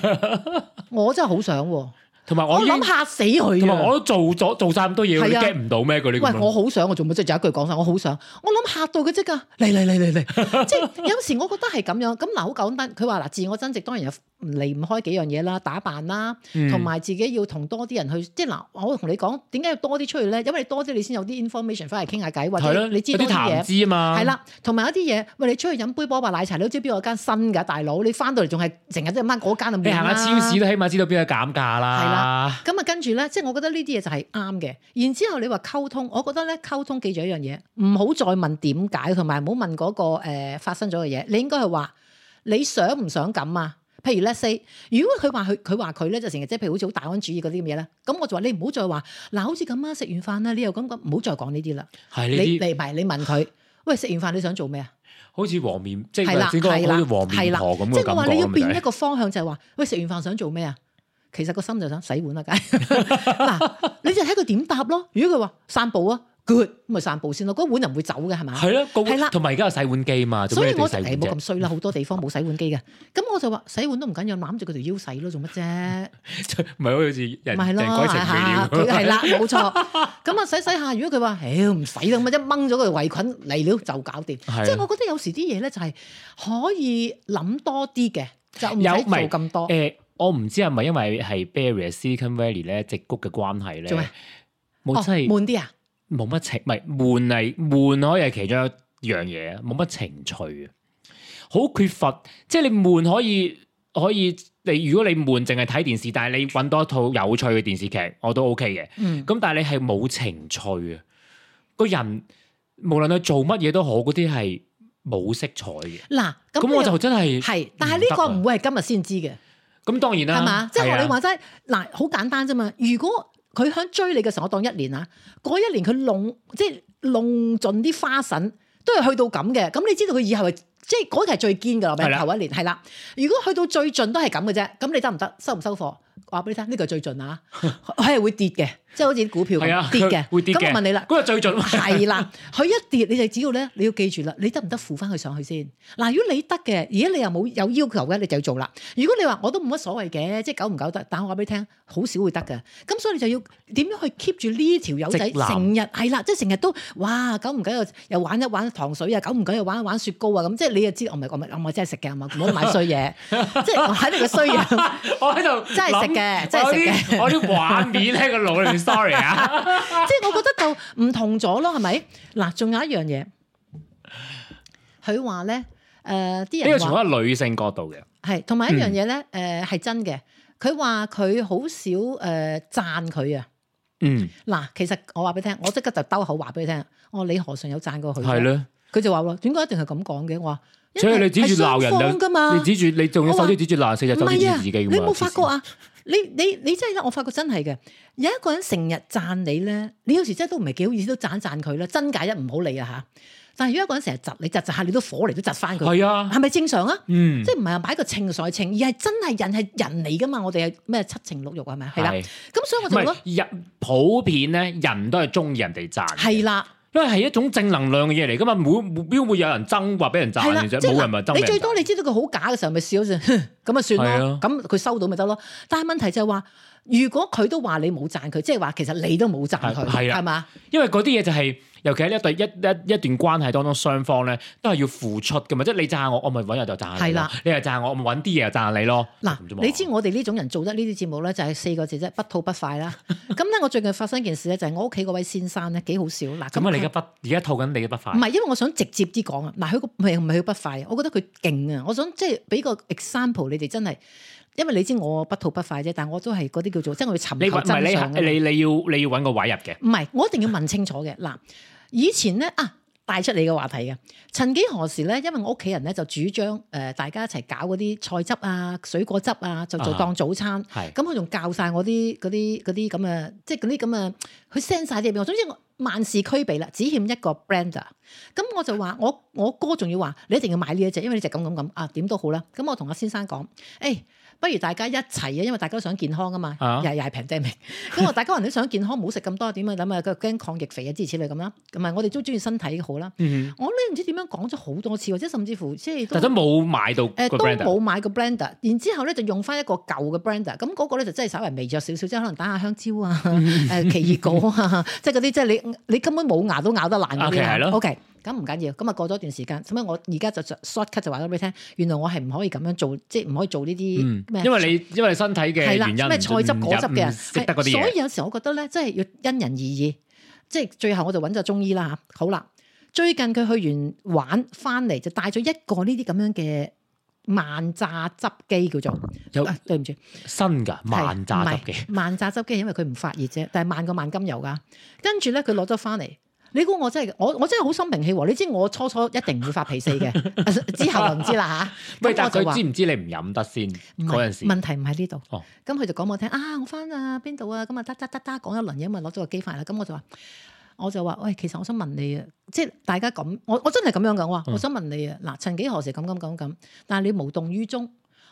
B: 我真係好想喎，
C: 同埋
B: 我
C: 我已經
B: 諗嚇死佢
C: 同埋
B: 啊！
C: 我都做咗做晒咁多嘢，你
B: 係啊
C: get 唔到咩？佢呢
B: 喂，我
C: 個
B: 好想，我做乜啫？就一句講晒，我好想，我諗嚇到佢即㗎，嚟嚟嚟嚟
C: (laughs)
B: 嚟，即係有時我覺得係咁樣。咁嗱，好簡單，佢話嗱，自我增值當然有離唔開幾樣嘢啦，打扮啦，
C: 嗯
B: 同埋自己要同多啲人去，即係嗱，我同你講點解要多啲出去咧？因為你多啲，你先有啲 information 翻嚟傾下偈，或
C: 係
B: 者
C: 咯，
B: 你知
C: 有
B: 多
C: 啲
B: 啲嘢
C: 談。資啊嘛，
B: 係，啦，同埋有啲嘢，喂，你出去飲杯波霸奶茶，你都知邊有間新㗎，大佬，你翻到嚟仲係成日都係掹嗰間啊，
C: 你行下超市都起碼知道邊個減價
B: 係
C: 啦。
B: 咁啊，跟住咧，即係我覺得呢啲嘢就係啱嘅。然之後你話溝通，我覺得咧溝通記住一樣嘢，唔好再問點解，同埋唔好問嗰、個誒、呃、發生咗嘅嘢。你應該係話你想唔想咁啊？譬如 let's say，如果佢話佢佢話佢咧就成日即係譬如好似好大安主義嗰啲咁嘢咧，咁我就話你唔好再話嗱，好似咁啊，食完飯啦，你又咁咁，唔好再講呢啲啦。
C: 係呢
B: 你
C: 啲
B: 嚟埋你問佢，喂，食完飯你想做咩啊？
C: 好似黃面，即
B: 係
C: 係
B: 啦
C: 頭先講
B: 係啦
C: 好似黃
B: 係
C: 面
B: 啦
C: 婆咁
B: 即
C: 嘅
B: 係我話
C: 感覺啊
B: 你要
C: 咁
B: 變一
C: 樣。
B: 個方向，就係話，喂，食完飯想做咩啊？其實個心就想洗碗啦，啊
C: (laughs)
B: 梗係嗱，你就睇佢點答咯。如果佢話散步啊，good，咁咪散步先咯，嗰碗又唔會走嘅係嘛？
C: 係咯，個
B: 係啦
C: 同埋而家有洗碗機嘛，做
B: 所
C: 咩
B: 以
C: 你
B: 我
C: 哋
B: 就
C: 洗
B: 誒
C: 碗
B: 冇咁
C: 啫？
B: 衰啦，好多地方冇洗碗機嘅。咁我就話洗碗都唔緊要，攬住佢條腰洗咯，做乜啫？
C: (laughs) 唔係好似 (laughs) 人
B: 咪係
C: 人
B: 咯，
C: 改情
B: 下
C: 未
B: 佢
C: 了
B: 係啦，冇錯。咁啊洗洗下，如果佢話，屌唔使啦，咁啊一掹咗佢圍菌嚟了就搞掂。
C: 係啊
B: 即係我覺得有時啲嘢咧就係可以諗多啲嘅，就唔
C: 有
B: 使
C: 咪
B: 做咁多。
C: (laughs) 誒，我唔知係咪因為係 Barry Silicon Valley 咧直谷嘅關係
B: 做咩
C: 咧，冇真
B: 哦
C: 係
B: 悶啲啊！
C: 冇乜情，唔係悶係悶可以係其中一樣嘢，冇乜情趣啊，好缺乏，即係你悶可以可以，你如果你悶淨係睇電視，但係你揾多一套有趣嘅電視劇，我都 OK 嘅。
B: 嗯，
C: 咁但係你係冇情趣啊！個人無論佢做乜嘢都好，嗰啲係冇色彩嘅。
B: 嗱，
C: 咁我就真係
B: 係，但係呢個唔會係今日先知嘅，
C: 咁當然啦，
B: 係嘛？即係
C: 係
B: 我
C: 啊啊
B: 你話齋，嗱，好簡單啫嘛。如果佢響追你嘅時候，我當一年啊，嗰一年佢弄即係弄盡啲花神，都係去到咁嘅。咁你知道佢以後係即係嗰期係最堅㗎啦，咪
C: 係啦
B: 頭一年係啦。如果去到最盡都係咁嘅啫，咁你得唔得？收唔收貨？我話俾你聽，呢個係最
C: (laughs)
B: 盡啊，佢係會跌嘅，即係好似啲股票
C: 係啊
B: 咁跌嘅。
C: (laughs) 會跌嘅
B: 咁我問你啦，
C: 嗰個最準
B: 係啦，佢一跌你就只要咧，你要記住啦，你得唔得扶翻佢上去先？嗱，如果你得嘅，而家你又冇有要求嘅，你就要做啦。如果你話我都冇乜所謂嘅，即係久唔久得，但我話俾你聽，好少會得嘅。咁所以你就要點樣去 keep 住呢條友仔
C: 直男
B: 成日係啦，即係成日都哇，久唔久又又玩一玩糖水啊，久唔久又玩一玩雪糕啊，咁即係你就知我唔係我唔係我唔係真係食嘅，我唔好買衰嘢，即係我喺你個衰嘢。
C: (laughs) 我喺度
B: 真係食嘅
C: 諗
B: 真係食嘅
C: 我有啲我啲畫面喺個腦裏面，sorry 啊， (laughs)
B: 即係我覺得就唔同咗咯，係咪？嗱，仲有一樣嘢，佢話咧，誒、啲
C: 呢個嗯
B: 人
C: 從
B: 話
C: 一個女性角度嘅，
B: 係，同埋一樣嘢咧，誒、係真嘅。佢話佢好少誒、讚佢啊。
C: 嗯，
B: 嗱，其實我話俾你聽，我即刻就兜口話俾你聽，我你何嘗有讚過佢？
C: 係。咯，
B: 佢就話喎，點解一定係咁講嘅？我話，因
C: 所以
B: 為
C: 你指
B: 係
C: 住鬧人
B: 雙方㗎嘛，
C: 你指住你仲要手指指住鬧人，四隻
B: 唔
C: 手指指
B: 係
C: 住
B: 啊，
C: 自己
B: 你
C: 㗎嘛
B: 冇發覺
C: 黐線
B: 啊？你你你真係咧，我發覺真係嘅，有一個人成日讚你咧，你有時真係都唔係幾好意思，都讚一讚佢啦，真假一唔好理啊吓。但係如果一個人成日窒你窒窒下，你都火嚟都窒翻佢，
C: 係啊，
B: 係咪正常啊？
C: 嗯，
B: 即係唔係買個秤上去稱，而係真係人係人嚟噶嘛？我哋係咩七情六欲啊係咪？係啦，
C: 係
B: 咁所以我
C: 唔
B: 就覺得
C: 係人普遍咧，人都係中意人哋讚嘅。
B: 係啦，
C: 因為係一種正能量嘅嘢嚟噶嘛，冇冇邊會有人爭話俾人讚
B: 係啦，
C: 嘅
B: 即
C: 啫，
B: 係
C: 冇人咪爭
B: 嗱你
C: 俾人
B: 最 (laughs)
C: 讚
B: 多你知道佢好假嘅時候，咪笑咗先，哼咁啊算
C: 係
B: 咯
C: 啊。
B: 咁佢收到咪得咯。但係問題就係話，如果佢都話你冇讚佢，即係話其實你都冇讚佢，
C: 係係啊
B: 係嘛？
C: 因為嗰啲嘢就係、尤其喺一對一一一段關係當中，雙方咧都係要付出噶嘛，即係你讚我，我咪揾人就讚你
B: 係
C: 咯
B: 啦；
C: 你又讚我，我咪揾啲嘢又讚你咯。
B: 嗱
C: 咁啫，嘛
B: 你知我哋呢種人做得呢啲節目咧，就係四個字啫，不吐不快
C: (laughs)
B: 啦。咁咧，我最近發生一件事咧，就係我屋企嗰位先生咧，幾好笑嗱。
C: 咁啊，你而
B: 佢
C: 家不而家套緊你嘅不快
B: 唔。係，因為我想直接啲講啊。嗱，佢個唔係唔係佢不快，我覺得佢勁啊。我想即係俾個 example 你哋真係，因為你知我不吐不快啫，但我都係嗰啲叫做即係我要
C: 你
B: 尋
C: 揾
B: 求
C: 唔係
B: 真相
C: 你
B: 嘅。
C: 你你要你要揾個位入嘅。
B: 唔係，我一定要問清楚嘅。嗱，以前咧啊。帶出你嘅話題嘅，曾幾何時咧？因為我屋企人咧就主張誒、呃大家一齊搞嗰啲菜汁啊、水果汁啊，就就
C: 啊
B: 當早餐。
C: 係
B: 咁佢仲教晒我啲嗰啲嗰啲咁嘅，即係嗰啲咁嘅，佢 send 晒啲嘢俾我。總之我萬事俱備啦，只欠一個 blender。咁我就話我我哥仲要話你一定要買呢一隻，因為呢隻咁咁咁啊點都好啦。咁我同阿先生講，誒、不如大家一齊啊，因為大家都想健康啊嘛，
C: 啊
B: 又又係平低明。 (laughs) 咁我大家人都想健康，唔好食咁多點啊，咁啊佢驚抗疫肥啊之如此類咁啦。唔係我哋都中意身體好啦。
C: 嗯
B: 我咧唔知點樣講咗好多次，或者甚至乎即係
C: 哼，但都冇買到
B: 誒
C: 個
B: 都
C: brand。
B: 冇買個 blender，然之後咧就用翻一個舊嘅 blender，咁嗰個咧就真係稍微微弱少少，即係可能打下香蕉
C: (laughs)
B: 啊、誒奇異果啊， (laughs) 即係嗰啲即係你你根本冇牙都咬得爛嗰啲
C: OK，係咯
B: 啦。OK，咁唔緊要，咁啊過咗一段時間，咁啊我而家就 short cut 就話咗俾你聽，原來我係唔可以咁樣做，即係唔可以做呢
C: 嗯
B: 啲咩，啊
C: 因為你因為你身體嘅
B: 係
C: 原
B: 啦，
C: 因，
B: 咩菜汁
C: 唔
B: 果汁嘅
C: 唔識得嗰
B: 係
C: 啲
B: 所
C: 嘢。
B: 以有時我覺得咧，真係要因人而異。即係最後我就揾咗中醫啦嚇。好啦，最近佢去完玩翻嚟，就帶咗一個呢啲咁樣嘅慢榨汁機叫做。
C: 有
B: 啊、對唔住，
C: 新㗎慢榨汁嘅
B: 係唔係慢榨汁機，因為佢唔發熱啫，但係慢過萬金油㗎。跟住咧，佢攞咗翻嚟。你估我真係我我真係好心平氣和，你知我初初一定唔會發脾氣
C: (laughs)
B: 嘅，之後就唔知啦嚇。
C: 喂，
B: 咁
C: 但
B: 我就
C: 佢
B: 話
C: 知唔知你唔飲得先
B: 唔
C: 嗰陣時
B: 係？問題唔喺呢度。
C: 哦
B: 咁佢就講我聽啊，我翻啊邊度啊，咁啊，嗒嗒嗒嗒講一輪嘢，咪攞咗個機翻嚟啦。咁我就話，我就話，喂，其實我想問你啊，即係大家咁，我我真係咁樣講，我話
C: 嗯
B: 我想問你啊，嗱，曾幾何時咁咁咁咁，但係你無動於衷。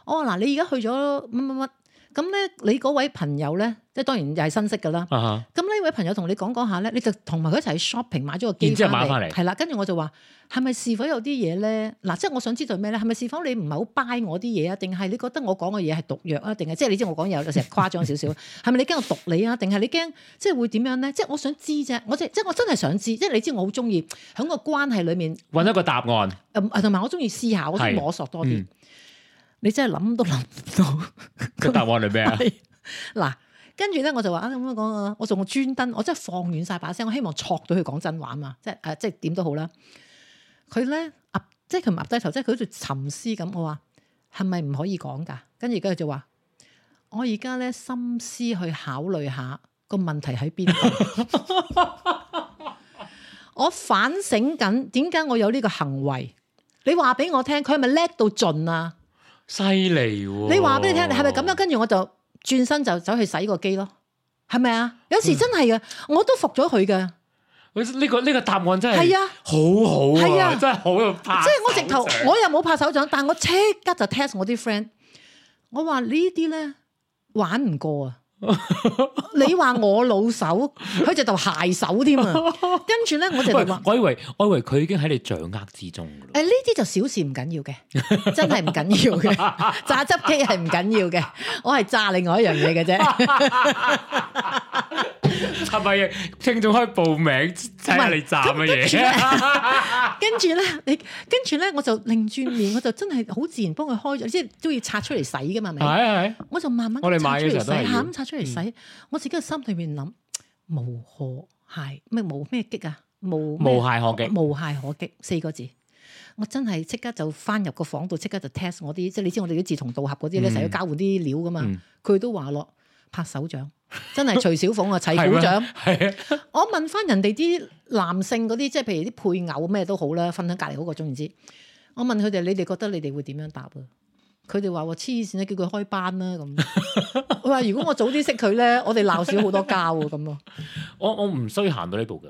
B: 哦，嗱，你而家去咗乜乜乜，咁咧你嗰位朋友咧，即係當然又係新識噶啦。
C: 啊哈
B: (laughs) 咁呢位朋友同你講講下咧，你就同埋佢一齊去 shopping 買咗個機
C: 然之後
B: 翻
C: 買返嚟
B: 嚟，係啦。跟住我就話係咪是否有啲嘢咧？嗱，即係我想知道咩咧？係咪是否你唔係好 buy 我啲嘢啊？定係你覺得我講嘅嘢係毒藥啊？定係即係你知我講嘢有有時係誇張少少，係咪你驚我毒你啊？定係你驚即係會點樣咧？即係我想知啫，我即係即係我真係想知，即係你知我好中意喺個關係裡面，
C: 揾一個答案。
B: 誒同埋我中意思考，我中意
C: 係
B: 摸索多啲。
C: 嗯，
B: 你真係諗都諗唔到。
C: 個答案係咩啊？
B: (laughs) 嗱，跟住咧我就話啊咁樣講啊，我仲專登，我真係放軟晒把聲，我希望戳到佢講真話嘛，即係誒、呃即係點都好啦。佢咧岌，即係佢唔岌低頭，即係佢好似沉思咁。我話係咪唔可以講㗎？跟住而家佢就話：我而家咧深思去考慮下個問題喺邊度。 (laughs) 我反省緊點解我有呢個行為？你話俾我聽，佢係咪叻到盡啊？
C: 犀利喎！
B: 你話俾你聽，你係咪咁樣？？跟住我就轉身就走去洗個機咯，係咪啊？有時真係嘅，我都服咗佢嘅，
C: 喂呢個呢個答案真係
B: 係啊
C: 好好
B: 係啊
C: 真係好有
B: 即
C: 拍
B: 係我直頭
C: 哎手掌
B: 我又冇拍手掌，但我即刻就 test 我啲 friend，我話呢啲咧玩唔過
C: (laughs)
B: 啊！你話我老手，佢就就鞋手添
C: (laughs)
B: 啊！跟住咧，我就
C: 喂
B: 就話，。
C: 我以為我以為佢已經喺你掌握之中㗎啦。
B: 誒呢啲就小事唔緊要嘅，真係唔緊要
C: (laughs)
B: 嘅，榨汁機係唔緊要嘅，我係榨另外一樣嘢嘅啫。
C: 係咪啊聽眾可以報名睇下你賺乜
B: 唔係咁跟住啊咧跟
C: 嘢？
B: 住咧，你跟住咧，我就擰轉面，我就真係好自然幫佢開咗，即係都要拆出嚟洗噶嘛，係
C: (laughs) 係
B: 咪？
C: 係
B: 我就慢慢
C: 我哋買
B: 拆出
C: 嘅
B: 嚟
C: 時候都係
B: 洗，
C: 要嗯
B: 下咁拆出嚟洗。我自己嘅心裏面諗，無可懈咩無咩激啊，無咩
C: 無懈可擊
B: 無懈可擊四個字。我真係即刻就翻入個房度，即刻就 test 我啲，即係你知我哋啲志同道合嗰啲咧，
C: 嗯
B: 成日要交換啲料噶嘛
C: 嗯。
B: 佢都話咯，拍手掌，真
C: (laughs)
B: 係徐小鳳啊，齊
C: 係
B: 鼓
C: 咩
B: 掌。
C: 係啊！
B: 我問翻人哋啲男性嗰啲，即係譬如啲配偶咩都好啦，瞓喺隔離嗰個總言之，我問佢哋，你哋覺得你哋會點樣答啊？佢哋話：我黐線啦，叫佢開班啦咁。我話如果我早啲識佢咧，我哋鬧少好多交啊咁啊！
C: 我我唔需要行到呢步㗎。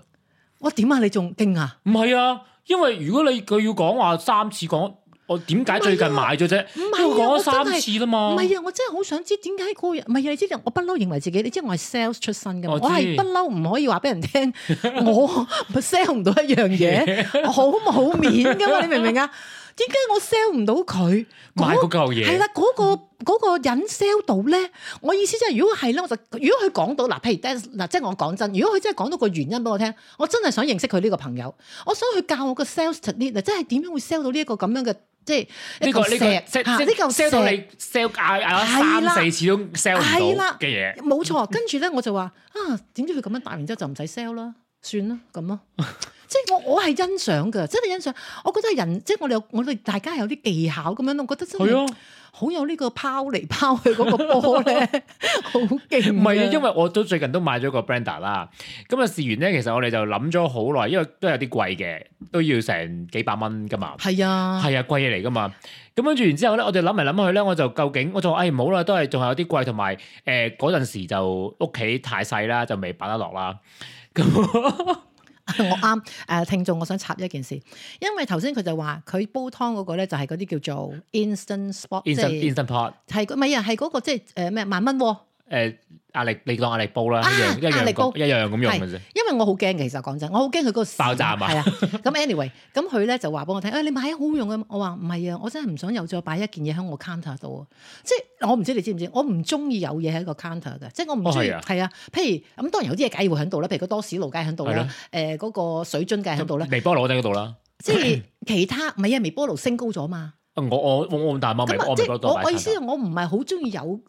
B: 我點啊？你仲勁啊？
C: 唔係啊，因為如果你佢要講話三次講，我點解最近買咗啫？
B: 唔係啊
C: 因為講咗
B: 我
C: 三
B: 真係
C: 次啦嘛。
B: 唔係啊！我真係好想知點解嗰個人唔係啊！你知道我不嬲認為自己，你知我係 sales 出身噶嘛
C: 我？知
B: 我係不嬲唔可以話俾人聽， (laughs)
C: (laughs)
B: 我 sell 唔到一樣嘢，我好冇面噶嘛？你明唔明啊？點解我 sell 唔到佢？
C: 買嗰
B: 嗰
C: 嚿嘢
B: 係啦，嗰、個嗰個人 sell 到咧，我意思即係如果係咧，我就如果佢講到嗱，譬如 Dennis- 嗱，即係我講真，如果佢真係講到個原因俾我聽，我真係想認識佢呢個朋友，我想佢教我個 sales technique 啊，即係點樣會 sell 到呢一個咁樣嘅，即係
C: 呢
B: 一
C: 個
B: 個
C: 呢
B: 石
C: 個即
B: 嚇
C: 即
B: 呢嚿
C: sell 到你
B: 石。
C: sell 嗌嗌
B: 係
C: 咗
B: 啦
C: 三四次都 sell
B: 啊係
C: 唔到
B: 啦
C: 嘅嘢，
B: 冇錯，跟住咧我就話啊，點知佢咁樣打完之後就唔使 sell 啦，算啦咁咯。 (laughs) 即係我我係欣賞嘅，真係欣賞。我覺得人即係我哋有我哋大家有啲技巧咁樣咯，我覺得真
C: 係
B: 係
C: 啊。
B: 好有呢個拋嚟拋去嗰個波
C: (laughs)
B: 咧，好勁。
C: 唔係啊，因為我都最近都買咗個 blender 啦。咁啊試完咧，其實我哋就諗咗好耐，因為都有啲貴嘅，都要成幾百蚊噶嘛。
B: 係啊，
C: 係啊，貴嘢嚟噶嘛。咁跟住然之後咧，我哋諗嚟諗去咧，我就究竟我就話唉唔好啦，都係仲係有啲貴，同埋誒嗰陣時就屋企太細啦，就未擺得落啦。
B: (laughs)
C: 咁
B: 我啱誒聽眾，我想插一件事，因為頭先佢就話佢煲湯嗰個咧就係嗰啲叫做 instant spot，即
C: instant
B: 係
C: instant pot
B: 係嗰唔係啊，係嗰個即係誒咩萬蚊鍋。
C: 誒壓力，你當壓力煲啦，
B: 啊
C: 一樣一
B: 壓
C: 樣
B: 力煲
C: 咁一樣咁用嘅啫
B: 係。因為我好驚嘅，其實講真，我好驚佢嗰個
C: 爆炸啊嘛
B: 係啊，咁 anyway，咁佢咧就話俾我聽，誒你買好好用啊！我話唔係啊，我真係唔想又再擺一件嘢喺我 counter 度啊！即係我唔知你知唔知，我唔中意有嘢喺個 counter 嘅，即係我唔中意
C: 哦係啊
B: 係啊。譬如咁，當然有啲嘢梗係會喺度啦，譬如個多士爐梗係喺度
C: 係
B: 啦
C: 啦，
B: 誒嗰個水樽梗係喺度啦，
C: 微波爐我哋嗰度啦。
B: 即係其他唔係啊，微波爐升高咗嘛。
C: 啊我我我我唔大我微
B: 咁
C: 我
B: 啊，
C: 微
B: 即
C: 波
B: 係
C: 爐多
B: 我
C: 擺
B: 我意思
C: 餐
B: 係我唔係好中意有，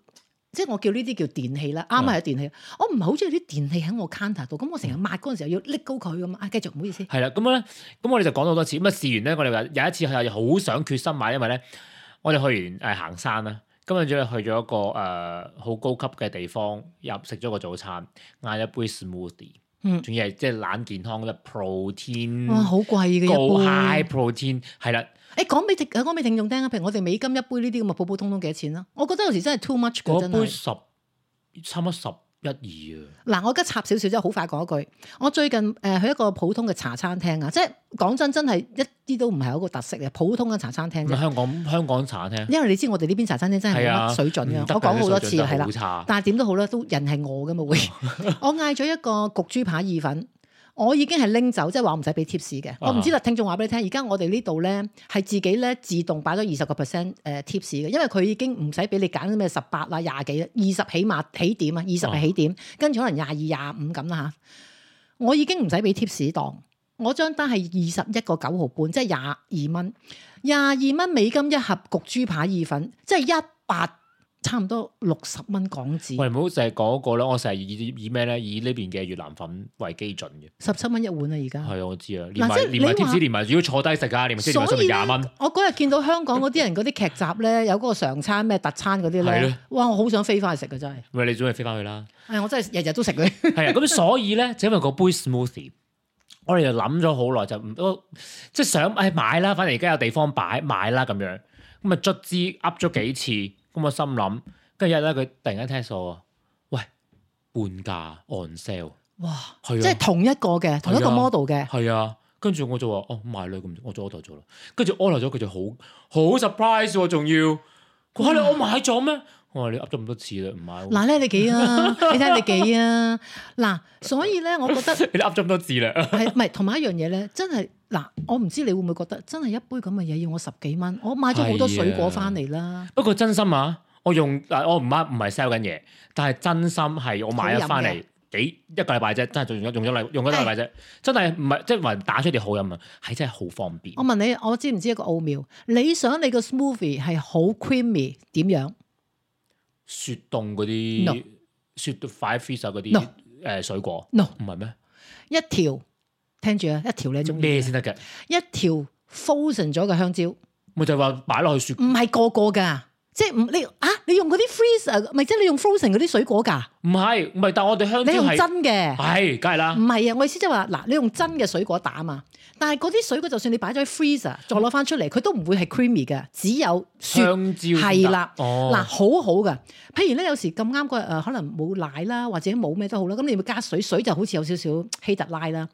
B: 即係我叫呢啲叫電器啦，
C: 啊
B: 啱係電器。我唔係好中意啲電器喺我 counter 度，咁我成日抹嗰陣時候要拎高佢咁啊。繼續，唔好意思。
C: 係啦，咁咧，咁我哋就講咗好多次，咁啊試完咧，我哋話有一次係好想決心買，因為咧，我哋去完誒、呃行山啦，咁跟住咧去咗一個呃誒好、高級嘅地方，入食咗個早餐，嗌一杯 smoothie，
B: 嗯
C: 仲要係即係冷健康咧，protein
B: 哇，好啊貴嘅一
C: 嗯高
B: 杯。
C: high protein 係啦，
B: 誒，講俾聽講俾聽眾聽啊，譬如我哋美金一杯呢啲咁啊，普普通通幾多錢啦？我覺得有時真係 too much 嘅，
C: 嗰
B: 真
C: 杯
B: 係。
C: 十差唔多十一二啊，
B: 嗱，我而家插少少啫，好快講一句。我最近誒、呃去一個普通嘅茶餐廳啊，即係講真，真係一啲都唔係一個特色嘅普通嘅茶餐廳
C: 咁
B: 啫
C: 啊。香港香港茶餐廳
B: 因為你知我哋呢邊茶餐廳真係
C: 係
B: 冇
C: 啊，
B: 乜水準
C: 唔
B: 嘅，
C: 得
B: 我講好多次
C: 水準真
B: 係啦
C: 好。差，
B: 但係點都好啦，都人係餓噶嘛會。我嗌咗一個焗豬扒意粉，我已經係拎走，即係話我唔使俾 tips 嘅。我唔知啦，聽眾話俾你聽，而家我哋呢度咧係自己咧自動擺咗二十個 percent 誒 tips 嘅，因為佢已經唔使俾你揀咩十八啦、廿幾啦、二十起碼起點啊，二十係起點，跟住可能廿二、廿五咁啦嚇。我已經唔使俾 tips 檔，我張單係二十一個九毫半，即係廿二蚊，廿二蚊美金一盒焗豬扒意粉，即係一百差唔多六十蚊港紙。
C: 我哋唔好淨係講嗰個啦，我成日以以咩咧，以呢邊嘅越南粉為基準嘅。
B: 十七蚊一碗啊！而家，
C: 係啊，我知啊，連埋
B: 即係
C: 連埋
B: 你話
C: tips，連埋如果坐低食啊，連埋 tips 連埋
B: 所
C: 咪
B: 以
C: 廿蚊
B: 咧，，我嗰日見到香港嗰啲人嗰啲劇集咧，有嗰個常餐咩特餐嗰啲
C: 係咯
B: 咧，哇！我好想飛翻去食嘅啊真係，哎
C: 咪你總係飛翻
B: (laughs)
C: 去啦。
B: 唉，我真係日日都食佢。
C: 係啊，咁所以咧，就因為嗰杯 smoothie，我哋就諗咗好耐，就唔都即係想誒買啦，反正而家有地方擺買啦咁樣，咁啊卒之噏咗幾次，咁我心諗，跟住一咧佢突然間 text 我，喂，半價 on sale，
B: 哇！
C: 係
B: 即
C: 啊
B: 係同一個嘅，同一個
C: 係啊
B: model 嘅，
C: 係啊。跟住我就話哦買啦咁，我就 order 咗啦。跟住 order 咗佢就好好 surprise 喎，仲要佢話你我買咗咩？我話你噏咗咁多次啦，唔買喎。
B: 嗱咧你幾啊？你睇下你幾啊？嗱，所以咧，我覺得
C: 你都噏咗咁多字啦， (laughs)
B: 係唔係？同埋一樣嘢咧，真係嗱，我唔知你會唔會覺得，真係一杯咁嘅嘢要我十幾蚊，我買咗好多水果翻嚟啦，
C: 不過真心啊，我用嗱我唔啱唔係 sell 緊嘢，但係真心係我買咗翻
B: 好飲
C: 嚟幾一個禮拜啫，真係用咗用咗禮用咗一個禮拜啫，真係唔係即係話打出嚟好飲啊，係真係好方便
B: 我。問你，我知唔知一個奧妙？你想你個 smoothie 係好 creamy 點樣
C: 雪凍嗰
B: No
C: 啲雪到 five freeze 嗰
B: No
C: 啲誒水果
B: ？No，
C: 唔係咩？
B: 一條聽住啊，一條你中
C: 咩
B: 意
C: 先得嘅？
B: 一條 frozen 咗嘅香蕉，唔
C: 咪就係話擺落去雪
B: 係個個㗎，即係唔你啊，你用嗰啲 freeze 咪即係你用 frozen 嗰啲水果㗎，
C: 唔係唔係，但係我哋香
B: 你
C: 蕉
B: 用
C: 係
B: 真嘅。
C: 係梗係啦
B: 唔。係啊，我意思即係話嗱，你用真嘅水果打啊嘛，但係嗰啲水果就算你擺咗喺 freezer 再攞翻出嚟，佢都唔會係 creamy 嘅，只有雪
C: 香蕉
B: 係啦。
C: 哦
B: 嗱、，好好嘅，譬如咧，有時咁啱個誒，可能冇奶啦，或者冇咩都好啦，咁你會加水，水就好似有少少希特拉啦。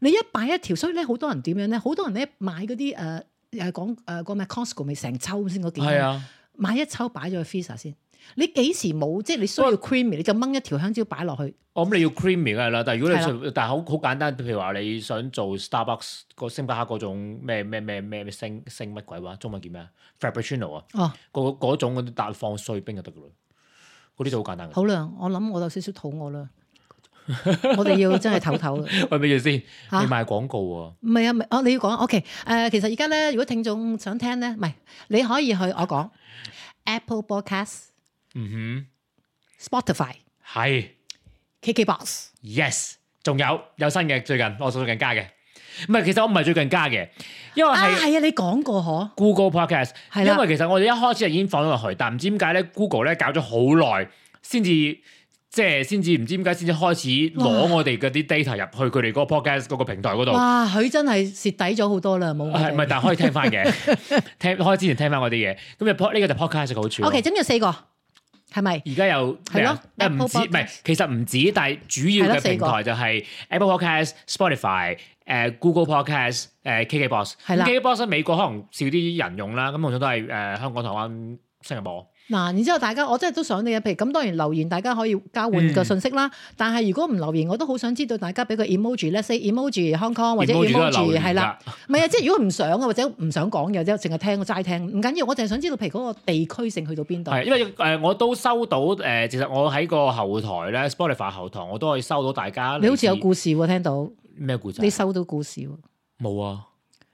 B: 你一擺一條，所以咧好多人點樣咧？好多人咧買嗰啲呃誒誒講誒講咩 Costco 咪成抽先嗰件，
C: 係啊，
B: 買一抽擺咗去 freezer 先，你幾時冇即係你需要 creamy，你就掹一條香蕉擺落去。
C: 我諗你要 creamy 梗係啦，但係如果
B: 係
C: 你
B: 啦
C: 想但係好好簡單，譬如話你想做 Starbucks 個星巴克嗰種咩咩咩咩咩星星乜鬼話，中文叫咩啊？Frappuccino 啊，
B: 哦，
C: 嗰嗰種嗰啲搭放碎冰就得噶啦，嗰啲就好簡單嘅。
B: 好啦，我諗我有少少肚餓啦，我哋要真係唞唞啦。
C: 喂，咪住先，
B: 嚇
C: 你賣廣告喎，
B: 唔係啊，唔係哦，你要講 OK 誒、其實而家咧，如果聽眾想聽咧，唔係你可以去我講 Apple Podcast、
C: 嗯
B: Spotify、
C: 哼，係
B: KKBox。
C: yes，仲有有新嘅最近，我最近加嘅，唔係其實我唔係最近加嘅，因為
B: 啊，
C: 係。哦
B: 係啊，你講過嗬，
C: Google Podcast，
B: 係啦
C: 因為其實我哋一開始就已經放咗落去，但唔知點解咧，Google 咧搞咗好耐先至，即係先至唔知點解先至開始攞
B: 哇
C: 我哋嗰啲 data 入去佢哋嗰個 podcast 嗰個平台嗰度，
B: 哇，佢真係蝕底咗好多啦，冇我
C: 啊係唔係？
B: 哋。
C: 但可以聽
B: (laughs)
C: 翻嘅，聽開之前聽翻我啲嘢，咁就 pod 呢個就 podcast 嘅好處咯。
B: OK，咁有四個係咪？
C: 而家有
B: 係
C: 咩
B: 咯
C: 啊誒唔
B: Apple
C: 止，唔係
B: Podcast
C: 其實唔止，但係主
B: 係
C: 要
B: 咯
C: 嘅
B: 四
C: 平
B: 個
C: 台就係 Apple Podcast、Spotify、誒 Google Podcast、誒 KKBox。
B: 係啦
C: KKBox 喺美國可能少啲人用啦，咁通常都係誒香港、台灣、新加坡。
B: 嗱，然之後大家我真係都想你啊嘅，譬如咁當然留言大家可以交換
C: 嗯
B: 個信息啦。但係如果唔留言，我都好想知道大家俾個 emoji，let's say emoji Hong Kong 或者
C: emoji 都係
B: emoji
C: 留言
B: 係啦。
C: 㗎，
B: 唔係啊，即係如果唔想啊，或者唔想講嘅，即係淨係聽我齋聽，唔緊要，我淨係想知道譬如嗰個地區性去到邊度。
C: 係因為誒我都收到誒，其實我喺個後台咧，Spotify 後台我都可以收到大家嚟自。
B: 你好似有故事喎，聽到
C: 咩故仔
B: 你？收到故事喎，
C: 冇啊！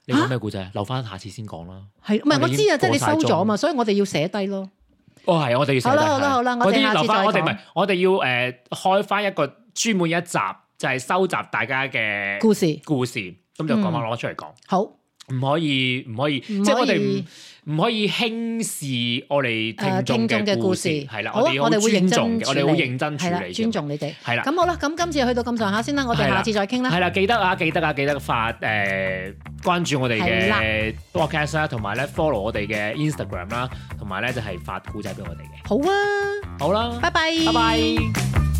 C: 你講咩故仔？啊留翻下次先講啦。
B: 係唔係
C: 我
B: 我
C: 哋已
B: 知
C: 經
B: 啊？即係你
C: 過晒
B: 收咗
C: 鐘
B: 嘛，所以我哋要寫低咯。
C: 哦，係，我哋要寫低
B: 好啦好啦
C: 係
B: 好啦我
C: 嗰
B: 哋
C: 啲
B: 下次
C: 留翻，
B: 再
C: 我哋唔
B: 講
C: 係，我哋要誒開翻一個專門一集，就係收集大家嘅
B: 故事
C: 故事，咁就講翻攞出嚟講，
B: 好，
C: 唔可以唔可以，即
B: 唔
C: 係
B: 可
C: 我哋
B: 以
C: 唔唔可以輕視我哋
B: 誒
C: 聽眾
B: 聽眾
C: 嘅
B: 嘅
C: 故
B: 故
C: 事
B: 事，
C: 係啦，
B: 好啊，
C: 哋好
B: 我哋會認
C: 尊
B: 真
C: 重嘅，我哋好
B: 處理
C: 認真處
B: 係啦
C: 理，
B: 尊重你哋。
C: 係啦。
B: 咁好啦，咁今次去到咁上下先啦，我哋
C: 係啦
B: 下次再傾啦
C: 係。啦，記得啊，記得啊，記得發誒、關注我哋
B: 係啦
C: 嘅 podcast 啦，同埋咧 follow 我哋嘅 Instagram 啦，同埋咧就係、發故仔俾我哋嘅。
B: 好啊，
C: 好啦，
B: 拜拜，
C: 拜拜